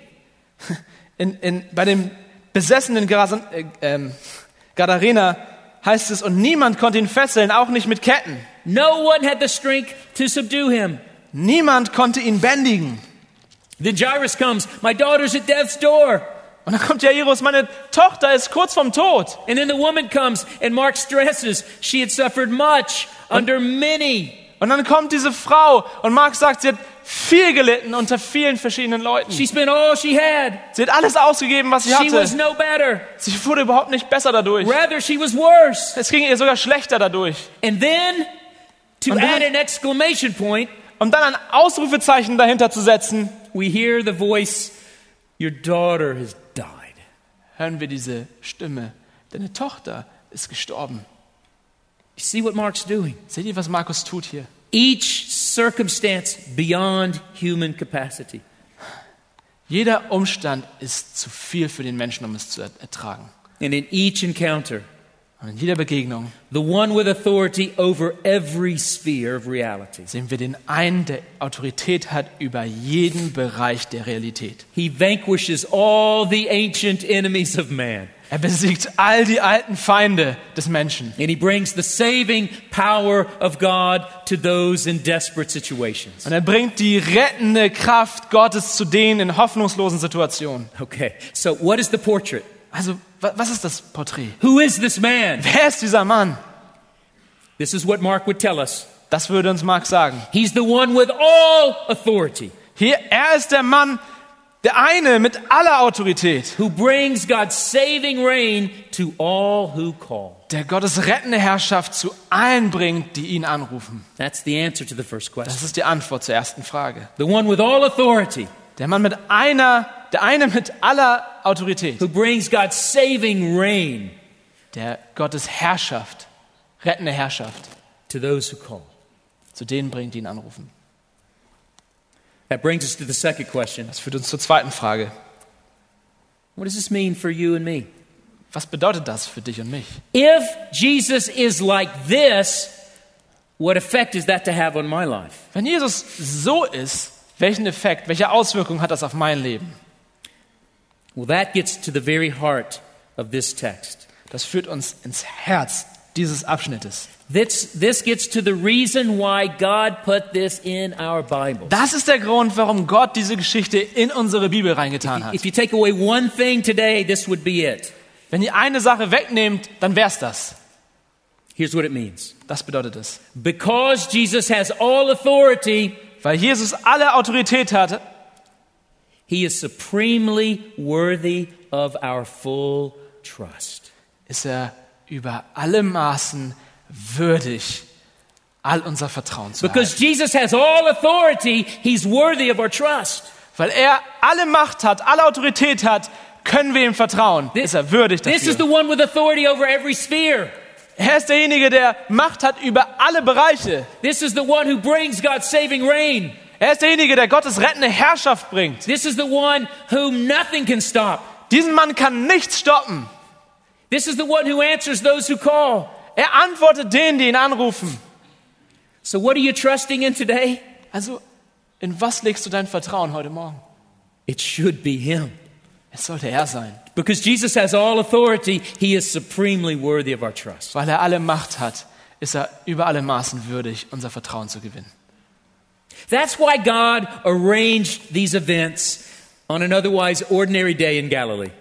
In, in, bei dem besessenen Grasen, äh, ähm, Gadarena heißt es, und niemand konnte ihn fesseln, auch nicht mit Ketten.
No one had the strength to subdue him.
Niemand konnte ihn bändigen.
Then Jairus comes, My daughter's at death's door.
Und dann kommt Jairus, meine Tochter ist kurz vom Tod.
And then the woman comes, and Mark stresses, She had suffered much under many.
Und dann kommt diese Frau und Mark sagt, sie hat viel gelitten unter vielen verschiedenen Leuten.
She spent all she had.
Sie hat alles ausgegeben, was sie
She was ne- no
hatte.
better.
Sie wurde überhaupt nicht besser dadurch.
Rather, she was worse.
Es ging ihr sogar schlechter dadurch.
And then to
Und dann-
add an exclamation point,
Um dann ein Ausrufezeichen dahinter zu setzen,
we hear the voice, Your daughter has died.
hören wir diese Stimme. Deine Tochter ist gestorben.
You see what Mark's doing?
Seht ihr, was Markus tut hier?
Each circumstance beyond human capacity.
Jeder Umstand ist zu viel für den Menschen, um es zu er- ertragen.
And in each encounter,
Und in jeder Begegnung
the one with authority over every sphere of reality.
sehen wir den einen, der Autorität hat über jeden Bereich der Realität.
He vanquishes all the ancient enemies of man.
Er besiegt all die alten Feinde des Menschen.
And he brings the saving power of God to those in desperate situations.
Und er bringt die rettende Kraft Gottes zu denen in hoffnungslosen Situationen.
Okay, so what is the portrait?
Also, wa- was ist das Porträt?
Who is this man?
Wer ist dieser Mann?
This is what Mark would tell us.
Das würde uns Mark sagen.
He's the one with all authority
Hier, er ist der Mann, der eine mit aller Autorität,
who brings God's saving reign to all who call.
der Gottes rettende Herrschaft zu allen bringt, die ihn anrufen.
That's the answer to the first
Das
question.
ist die Antwort zur ersten Frage.
The one with all authority
Der Mann mit einer, der eine mit aller Autorität,
who brings God's saving reign
der Gottes Herrschaft, rettende Herrschaft,
to those who call.
zu denen bringt, die ihn anrufen.
That brings us to the second question.
Das führt uns zur zweiten Frage.
What does this mean for you and me?
Was bedeutet das für dich und mich?
If Jesus is like this, what effect is that to have on my life?
Wenn Jesus so ist, welchen Effekt, welche Auswirkung hat das auf mein Leben?
Well, that gets to the very heart of this text.
Das führt uns ins Herz dieses Abschnittes.
This, this gets to the reason why God put this in our Bible.
Das ist der Grund, warum Gott diese Geschichte in unsere Bibel reingetan hat.
If you take away one thing today, this would be it.
Wenn ihr eine Sache wegnehmt, dann wär's das.
Here's what it means
Das bedeutet es.
Because Jesus has all authority,
Weil Jesus alle Autorität hat,
he is supremely worthy of our full trust.
ist er über alle Maßen würdig, all unser Vertrauen zu
Because
erhalten.
Jesus has all authority, he's worthy of our trust.
Weil er alle Macht hat, alle Autorität hat, können wir ihm vertrauen. Ist er würdig
This is the
dafür.
one with authority over every sphere.
Er ist derjenige, der Macht hat über alle Bereiche.
This is the one who brings God's saving reign.
Er ist derjenige, der Gottes rettende Herrschaft bringt.
This is the one whom nothing can stop.
Diesen Mann kann nichts stoppen.
This is the one who answers those who call.
Er antwortet denen, die ihn anrufen.
So, what are you trusting in today?
Also, In was legst du dein Vertrauen heute Morgen?
It should be Him.
Es sollte er sein,
Because Jesus has all authority, He is supremely worthy of our trust.
weil er alle Macht hat. Ist er über alle Maßen würdig, unser Vertrauen zu gewinnen.
That's why God arranged these events on an otherwise ordinary day in Galilee.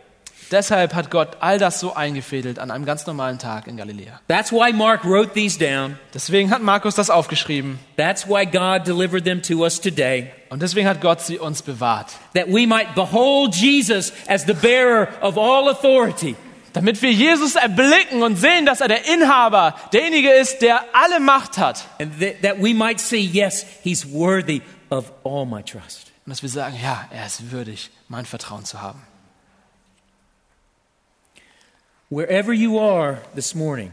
Deshalb hat Gott all das so eingefädelt an einem ganz normalen Tag in Galiläa.
That's why Mark wrote these down.
Deswegen hat Markus das aufgeschrieben
That's why God delivered them to us today,
und deswegen hat Gott sie uns bewahrt,
that we might behold Jesus as the bearer of all authority.
damit wir Jesus erblicken und sehen, dass er der Inhaber, derjenige ist, der alle Macht hat.
And that, that we might see, yes, he's worthy of all my trust.
Und dass wir sagen, ja, er ist würdig, mein Vertrauen zu haben.
Wherever you are this morning,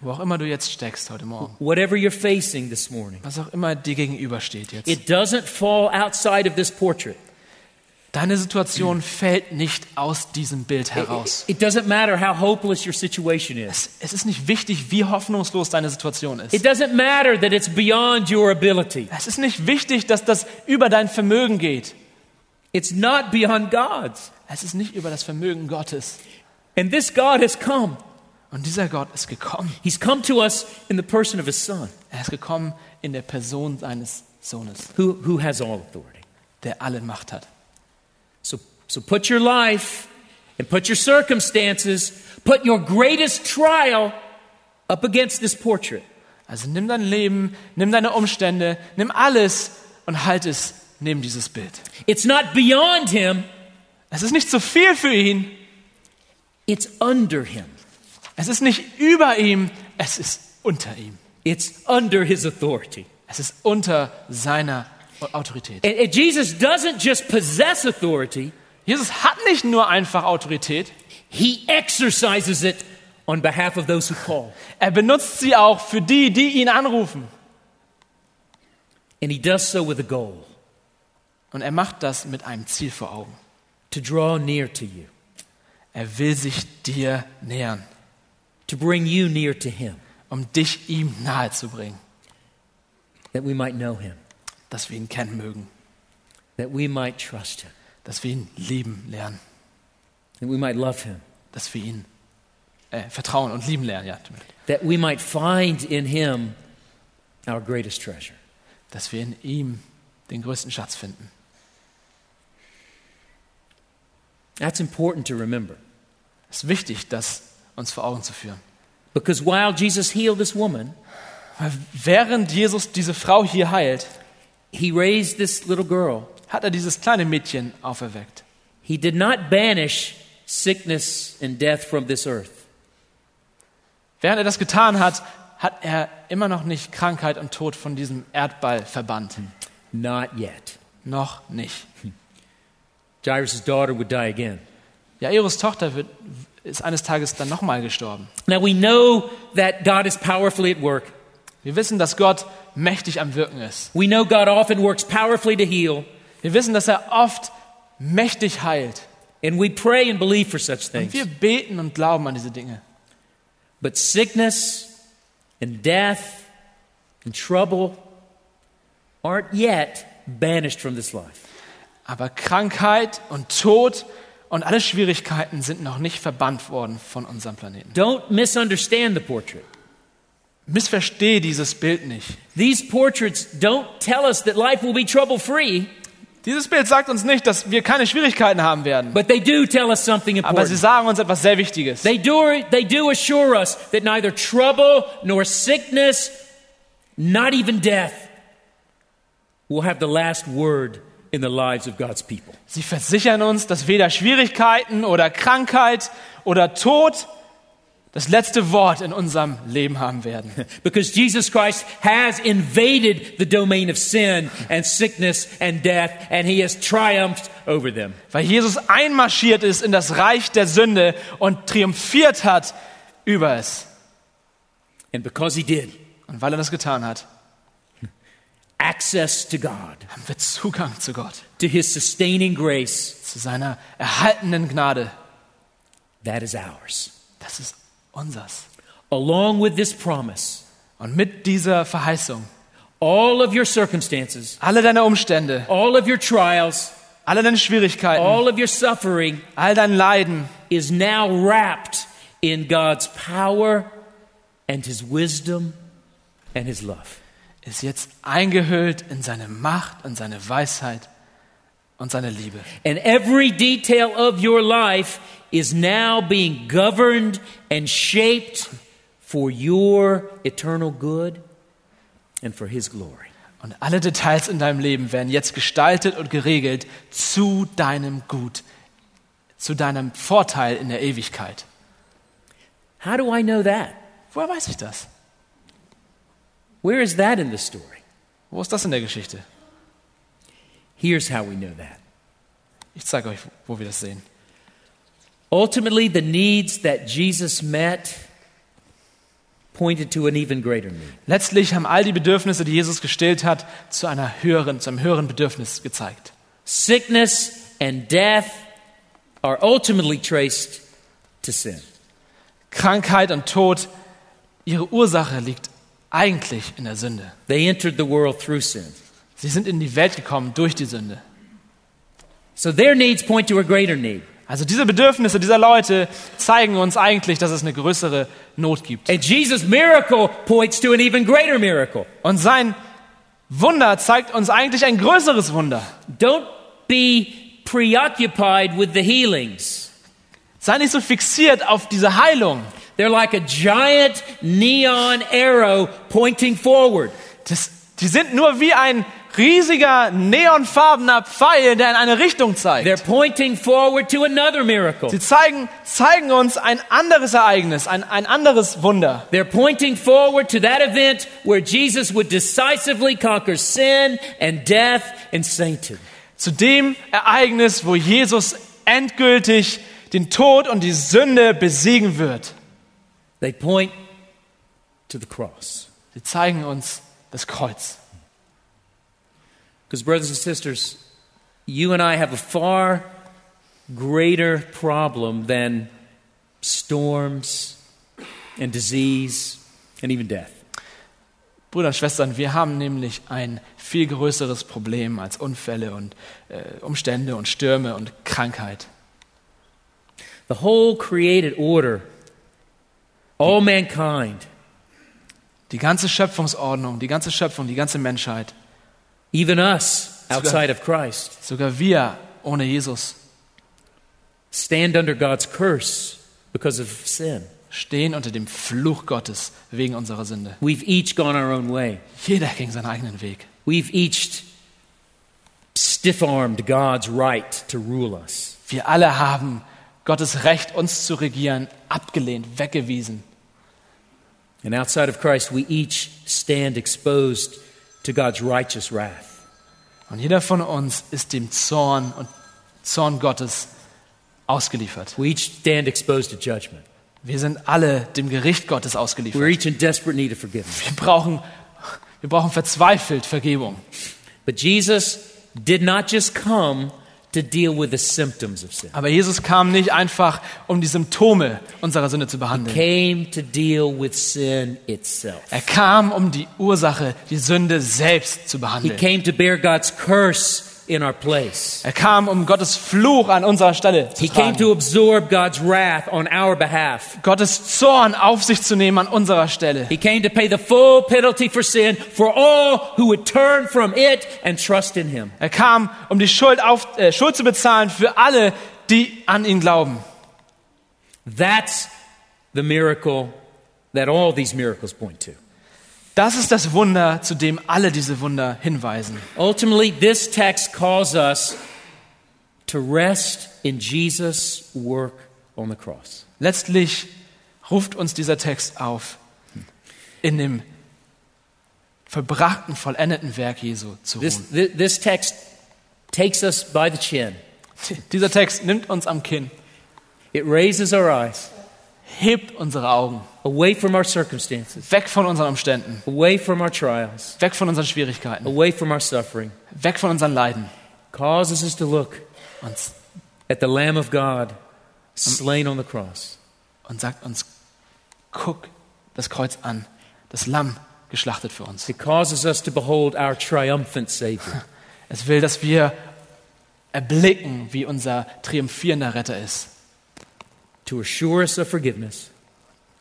Wo auch immer du jetzt steckst heute Morgen,
whatever you're facing this morning,
was auch immer dir gegenübersteht jetzt,
it doesn't fall outside of this portrait.
deine Situation fällt nicht aus diesem Bild
It,
heraus.
it doesn't matter how hopeless your situation is.
Es, es ist nicht wichtig, wie hoffnungslos deine Situation
It
ist.
doesn't matter that it's beyond your ability.
Es ist nicht wichtig, dass das über dein Vermögen geht.
It's not beyond God's.
Es ist nicht über das Vermögen Gottes.
And this God has come.
Und dieser Gott ist gekommen.
He's come to us in the person of his son,
Er ist gekommen in der Person seines Sohnes,
who, who has all authority.
der alle Macht hat.
So, so put your life and put your circumstances, put your greatest trial up against this portrait.
Also nimm dein Leben, nimm deine Umstände, nimm alles und halt es neben dieses Bild.
It's not beyond him,
Es ist nicht zu viel für ihn.
it's under him.
Es ist nicht über ihm. Es ist unter ihm.
It's under his authority.
Es ist unter seiner Autorität.
And, and Jesus doesn't just possess authority,
Jesus hat nicht nur einfach Autorität.
he exercises it on behalf of those who call.
Er benutzt sie auch für die, die ihn anrufen.
And he does so with a goal
Und er macht das mit einem Ziel vor Augen.
to draw near to you,
Er will sich dir nähern,
to bring you near to him,
um dich ihm nahezubringen,
that we might know him,
dass wir ihn kennen mögen,
that we might trust him,
dass wir ihn lieben lernen,
that we might love him.
dass wir ihn äh, vertrauen und lieben lernen, ja, tut mir leid.
that we might find in him our greatest treasure.
dass wir in ihm den größten Schatz finden.
That's important to remember
Es ist wichtig, das uns vor Augen zu führen.
because while Jesus healed this woman,
Weil während Jesus diese Frau hier heilt,
he raised this little girl.
hat er dieses kleine Mädchen auferweckt.
He did not banish sickness and death from this earth.
Während er das getan hat, hat er immer noch nicht Krankheit und Tod von diesem Erdball verbannt.
Not yet.
Noch nicht.
Jairus' daughter would die again.
Jairus Tochter wird, ist eines Tages dann nochmal gestorben.
Now we know that God is powerfully at work.
Wir wissen, dass Gott mächtig am Wirken ist.
We know God often works powerfully to heal,
Wir wissen, dass er oft mächtig heilt.
and we pray and believe for such
Und
things.
wir beten und glauben an diese Dinge.
But sickness and death and trouble aren't yet banished from this life.
Aber Krankheit und Tod und alle Schwierigkeiten sind noch nicht verbannt worden von unserem Planeten.
Don't misunderstand the portrait.
Missverstehe dieses Bild nicht.
These portraits don't tell us that life will be trouble free,
Dieses Bild sagt uns nicht, dass wir keine Schwierigkeiten haben werden.
but they do tell us something
Aber sie
important.
sagen uns etwas sehr Wichtiges.
They do, they do assure us that neither trouble nor sickness, not even death, will have the last word in the lives of God's people.
Sie versichern uns, dass weder Schwierigkeiten oder Krankheit oder Tod das letzte Wort in unserem Leben haben werden.
Because Jesus Christ has invaded the domain of sin and sickness and death, and he has triumphed over them.
Weil Jesus einmarschiert ist in das Reich der Sünde und triumphiert hat über es.
And because he did,
Und weil er das getan hat,
access to God,
haben wir Zugang zu Gott,
to his sustaining grace,
zu seiner erhaltenen Gnade.
that is ours.
Das ist unsers.
Along with this promise,
Und mit dieser Verheißung
all of your circumstances,
Alle deine Umstände,
all of your trials,
alle deine Schwierigkeiten,
all of your suffering
all dein Leiden
is now wrapped in God's power and His wisdom and His love.
ist jetzt eingehüllt in seine Macht und seine Weisheit und seine Liebe.
And every detail of your life is now being governed and shaped for your eternal good and for His glory.
Und alle Details in deinem Leben werden jetzt gestaltet und geregelt zu deinem Gut, zu deinem Vorteil in der Ewigkeit.
How do I know that?
Woher weiß ich das?
Where is that in the story?
Wo ist das in der Geschichte?
Here's how we know that.
Ich zeige euch, wo wir das sehen.
Ultimately, the needs that Jesus met pointed to an even greater need.
Letztlich haben all die Bedürfnisse, die Jesus gestillt hat, zu einer höheren, zu einem höheren Bedürfnis gezeigt.
Sickness and death are ultimately traced to sin.
Krankheit und Tod, ihre Ursache liegt eigentlich in der Sünde.
They entered the world through sin.
Sie sind in die Welt gekommen durch die Sünde.
So their needs point to a greater need.
Also diese Bedürfnisse dieser Leute zeigen uns eigentlich, dass es eine größere Not gibt.
And Jesus' miracle points to an even greater miracle.
Und sein Wunder zeigt uns eigentlich ein größeres Wunder.
Don't be preoccupied with the healings.
Sei nicht so fixiert auf diese Heilung.
They're like a giant neon arrow pointing forward.
Das, die sind nur wie ein riesiger neonfarbener Pfeil, der in eine Richtung
They're
zeigt.
pointing forward to another miracle.
Sie zeigen, zeigen uns ein anderes Ereignis, ein, ein anderes Wunder.
They're pointing forward to that event where Jesus would decisively conquer sin and death and Satan.
Zu dem Ereignis, wo Jesus endgültig den Tod und die Sünde besiegen wird.
They point to the cross.
Sie zeigen uns das Kreuz.
Because, brothers and sisters, you and I have a far greater problem than storms and disease and even death.
Brüder und Schwestern, wir haben nämlich ein viel größeres Problem als Unfälle und äh, Umstände und Stürme und Krankheit.
The whole created order, all mankind,
Die ganze Schöpfungsordnung, die ganze Schöpfung, die ganze Menschheit,
even us outside of Christ,
sogar wir ohne Jesus
stand under God's curse because of sin.
stehen unter dem Fluch Gottes wegen unserer Sünde.
We've each gone our own way.
Jeder ging seinen eigenen Weg.
We've each stiff armed God's right to rule us.
Wir alle haben Gottes Recht, uns zu regieren, abgelehnt, weggewiesen.
And outside of Christ, we each stand exposed to God's righteous wrath.
Und jeder von uns ist dem Zorn und Zorn Gottes ausgeliefert.
We each stand exposed to judgment.
Wir sind alle dem Gericht Gottes ausgeliefert.
We're each in desperate need of forgiveness.
Wir brauchen, wir brauchen verzweifelt Vergebung.
But Jesus did not just come to deal with the symptoms of sin,
Aber Jesus kam nicht einfach, um die Symptome unserer Sünde zu
he
behandeln.
came to deal with sin itself.
Er kam, um die Ursache, die Sünde selbst zu
He
behandeln.
came to bear God's curse in our place.
Er kam, um Gottes Fluch an unserer Stelle zu
He came to
tragen.
absorb God's wrath on our behalf.
Gottes Zorn auf sich zu nehmen an unserer Stelle.
He came to pay the full penalty for sin for all who would turn from it and trust in him.
Er kam, um die Schuld, auf, äh, Schuld zu bezahlen für alle, die an ihn glauben.
That's the miracle that all these miracles point to.
Das ist das Wunder, zu dem alle diese Wunder hinweisen.
Ultimately, this text calls us to rest in Jesus' work on the cross.
Letztlich ruft uns dieser Text auf, in dem verbrachten, vollendeten Werk Jesu zu
This,
ruhen.
thi- this text takes us by the chin,
Dieser Text nimmt uns am Kinn,
it raises our eyes
hebt unsere Augen,
away from our circumstances,
weg von unseren Umständen,
away from our trials,
weg von unseren Schwierigkeiten,
away from our suffering,
weg von unseren Leiden.
causes us to look
Und,
at the Lamb of God slain on the cross.
und sagt uns, guck das Kreuz an, das Lamm geschlachtet für uns.
It causes us to behold our triumphant Savior.
Es will, dass wir erblicken, wie unser triumphierender Retter ist.
to assure us of forgiveness,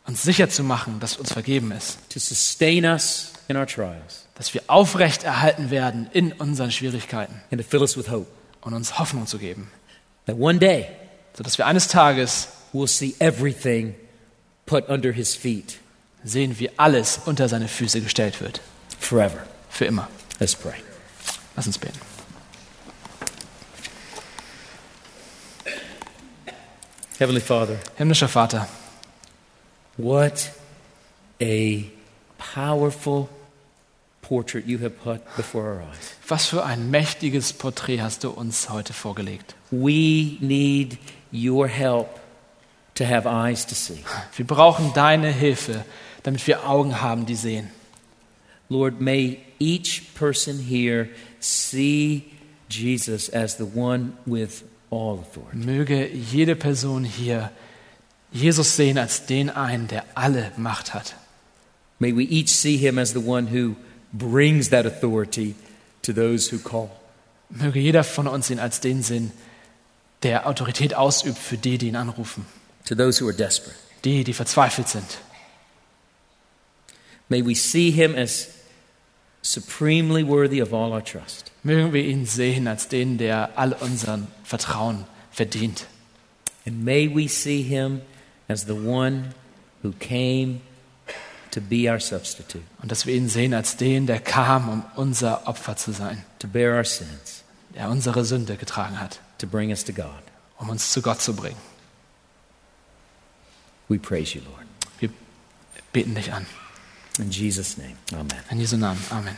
Uns sicher zu machen, dass uns vergeben ist.
to sustain us in our trials,
Dass wir aufrecht erhalten werden in unseren Schwierigkeiten
and to fill us with hope
und uns Hoffnung zu geben.
that one day
Sodass wir eines Tages
we'll see everything put under his feet
sehen, wie alles unter seine Füße gestellt wird.
forever.
Für immer.
Let's pray.
Lass uns beten.
Heavenly Father,
Himmlischer Vater,
what a powerful portrait you have put before our eyes.
was für ein mächtiges Porträt hast du uns heute vorgelegt.
We need your help to have eyes to see.
Wir brauchen deine Hilfe, damit wir Augen haben, die sehen.
Lord, may each person here see Jesus as the one with all authority.
Möge jede Person hier Jesus sehen als den einen, der alle Macht hat.
May we each see him as the one who brings that authority to those who call.
Möge jeder von uns ihn als den sehen, der Autorität ausübt für die, die ihn anrufen,
to those who are desperate.
die, die verzweifelt sind.
May we see him as supremely worthy of all our trust.
Mögen wir ihn sehen als den, der all unseren Vertrauen verdient.
And may we see him as the one who came to be our substitute,
Und dass wir ihn sehen als den, der kam, um unser Opfer zu sein,
to bear our sins,
der unsere Sünde getragen hat,
to bring us to God.
um uns zu Gott zu bringen.
We praise you, Lord.
Wir beten dich an.
In Jesus' name, amen.
In Jesu Namen. Amen.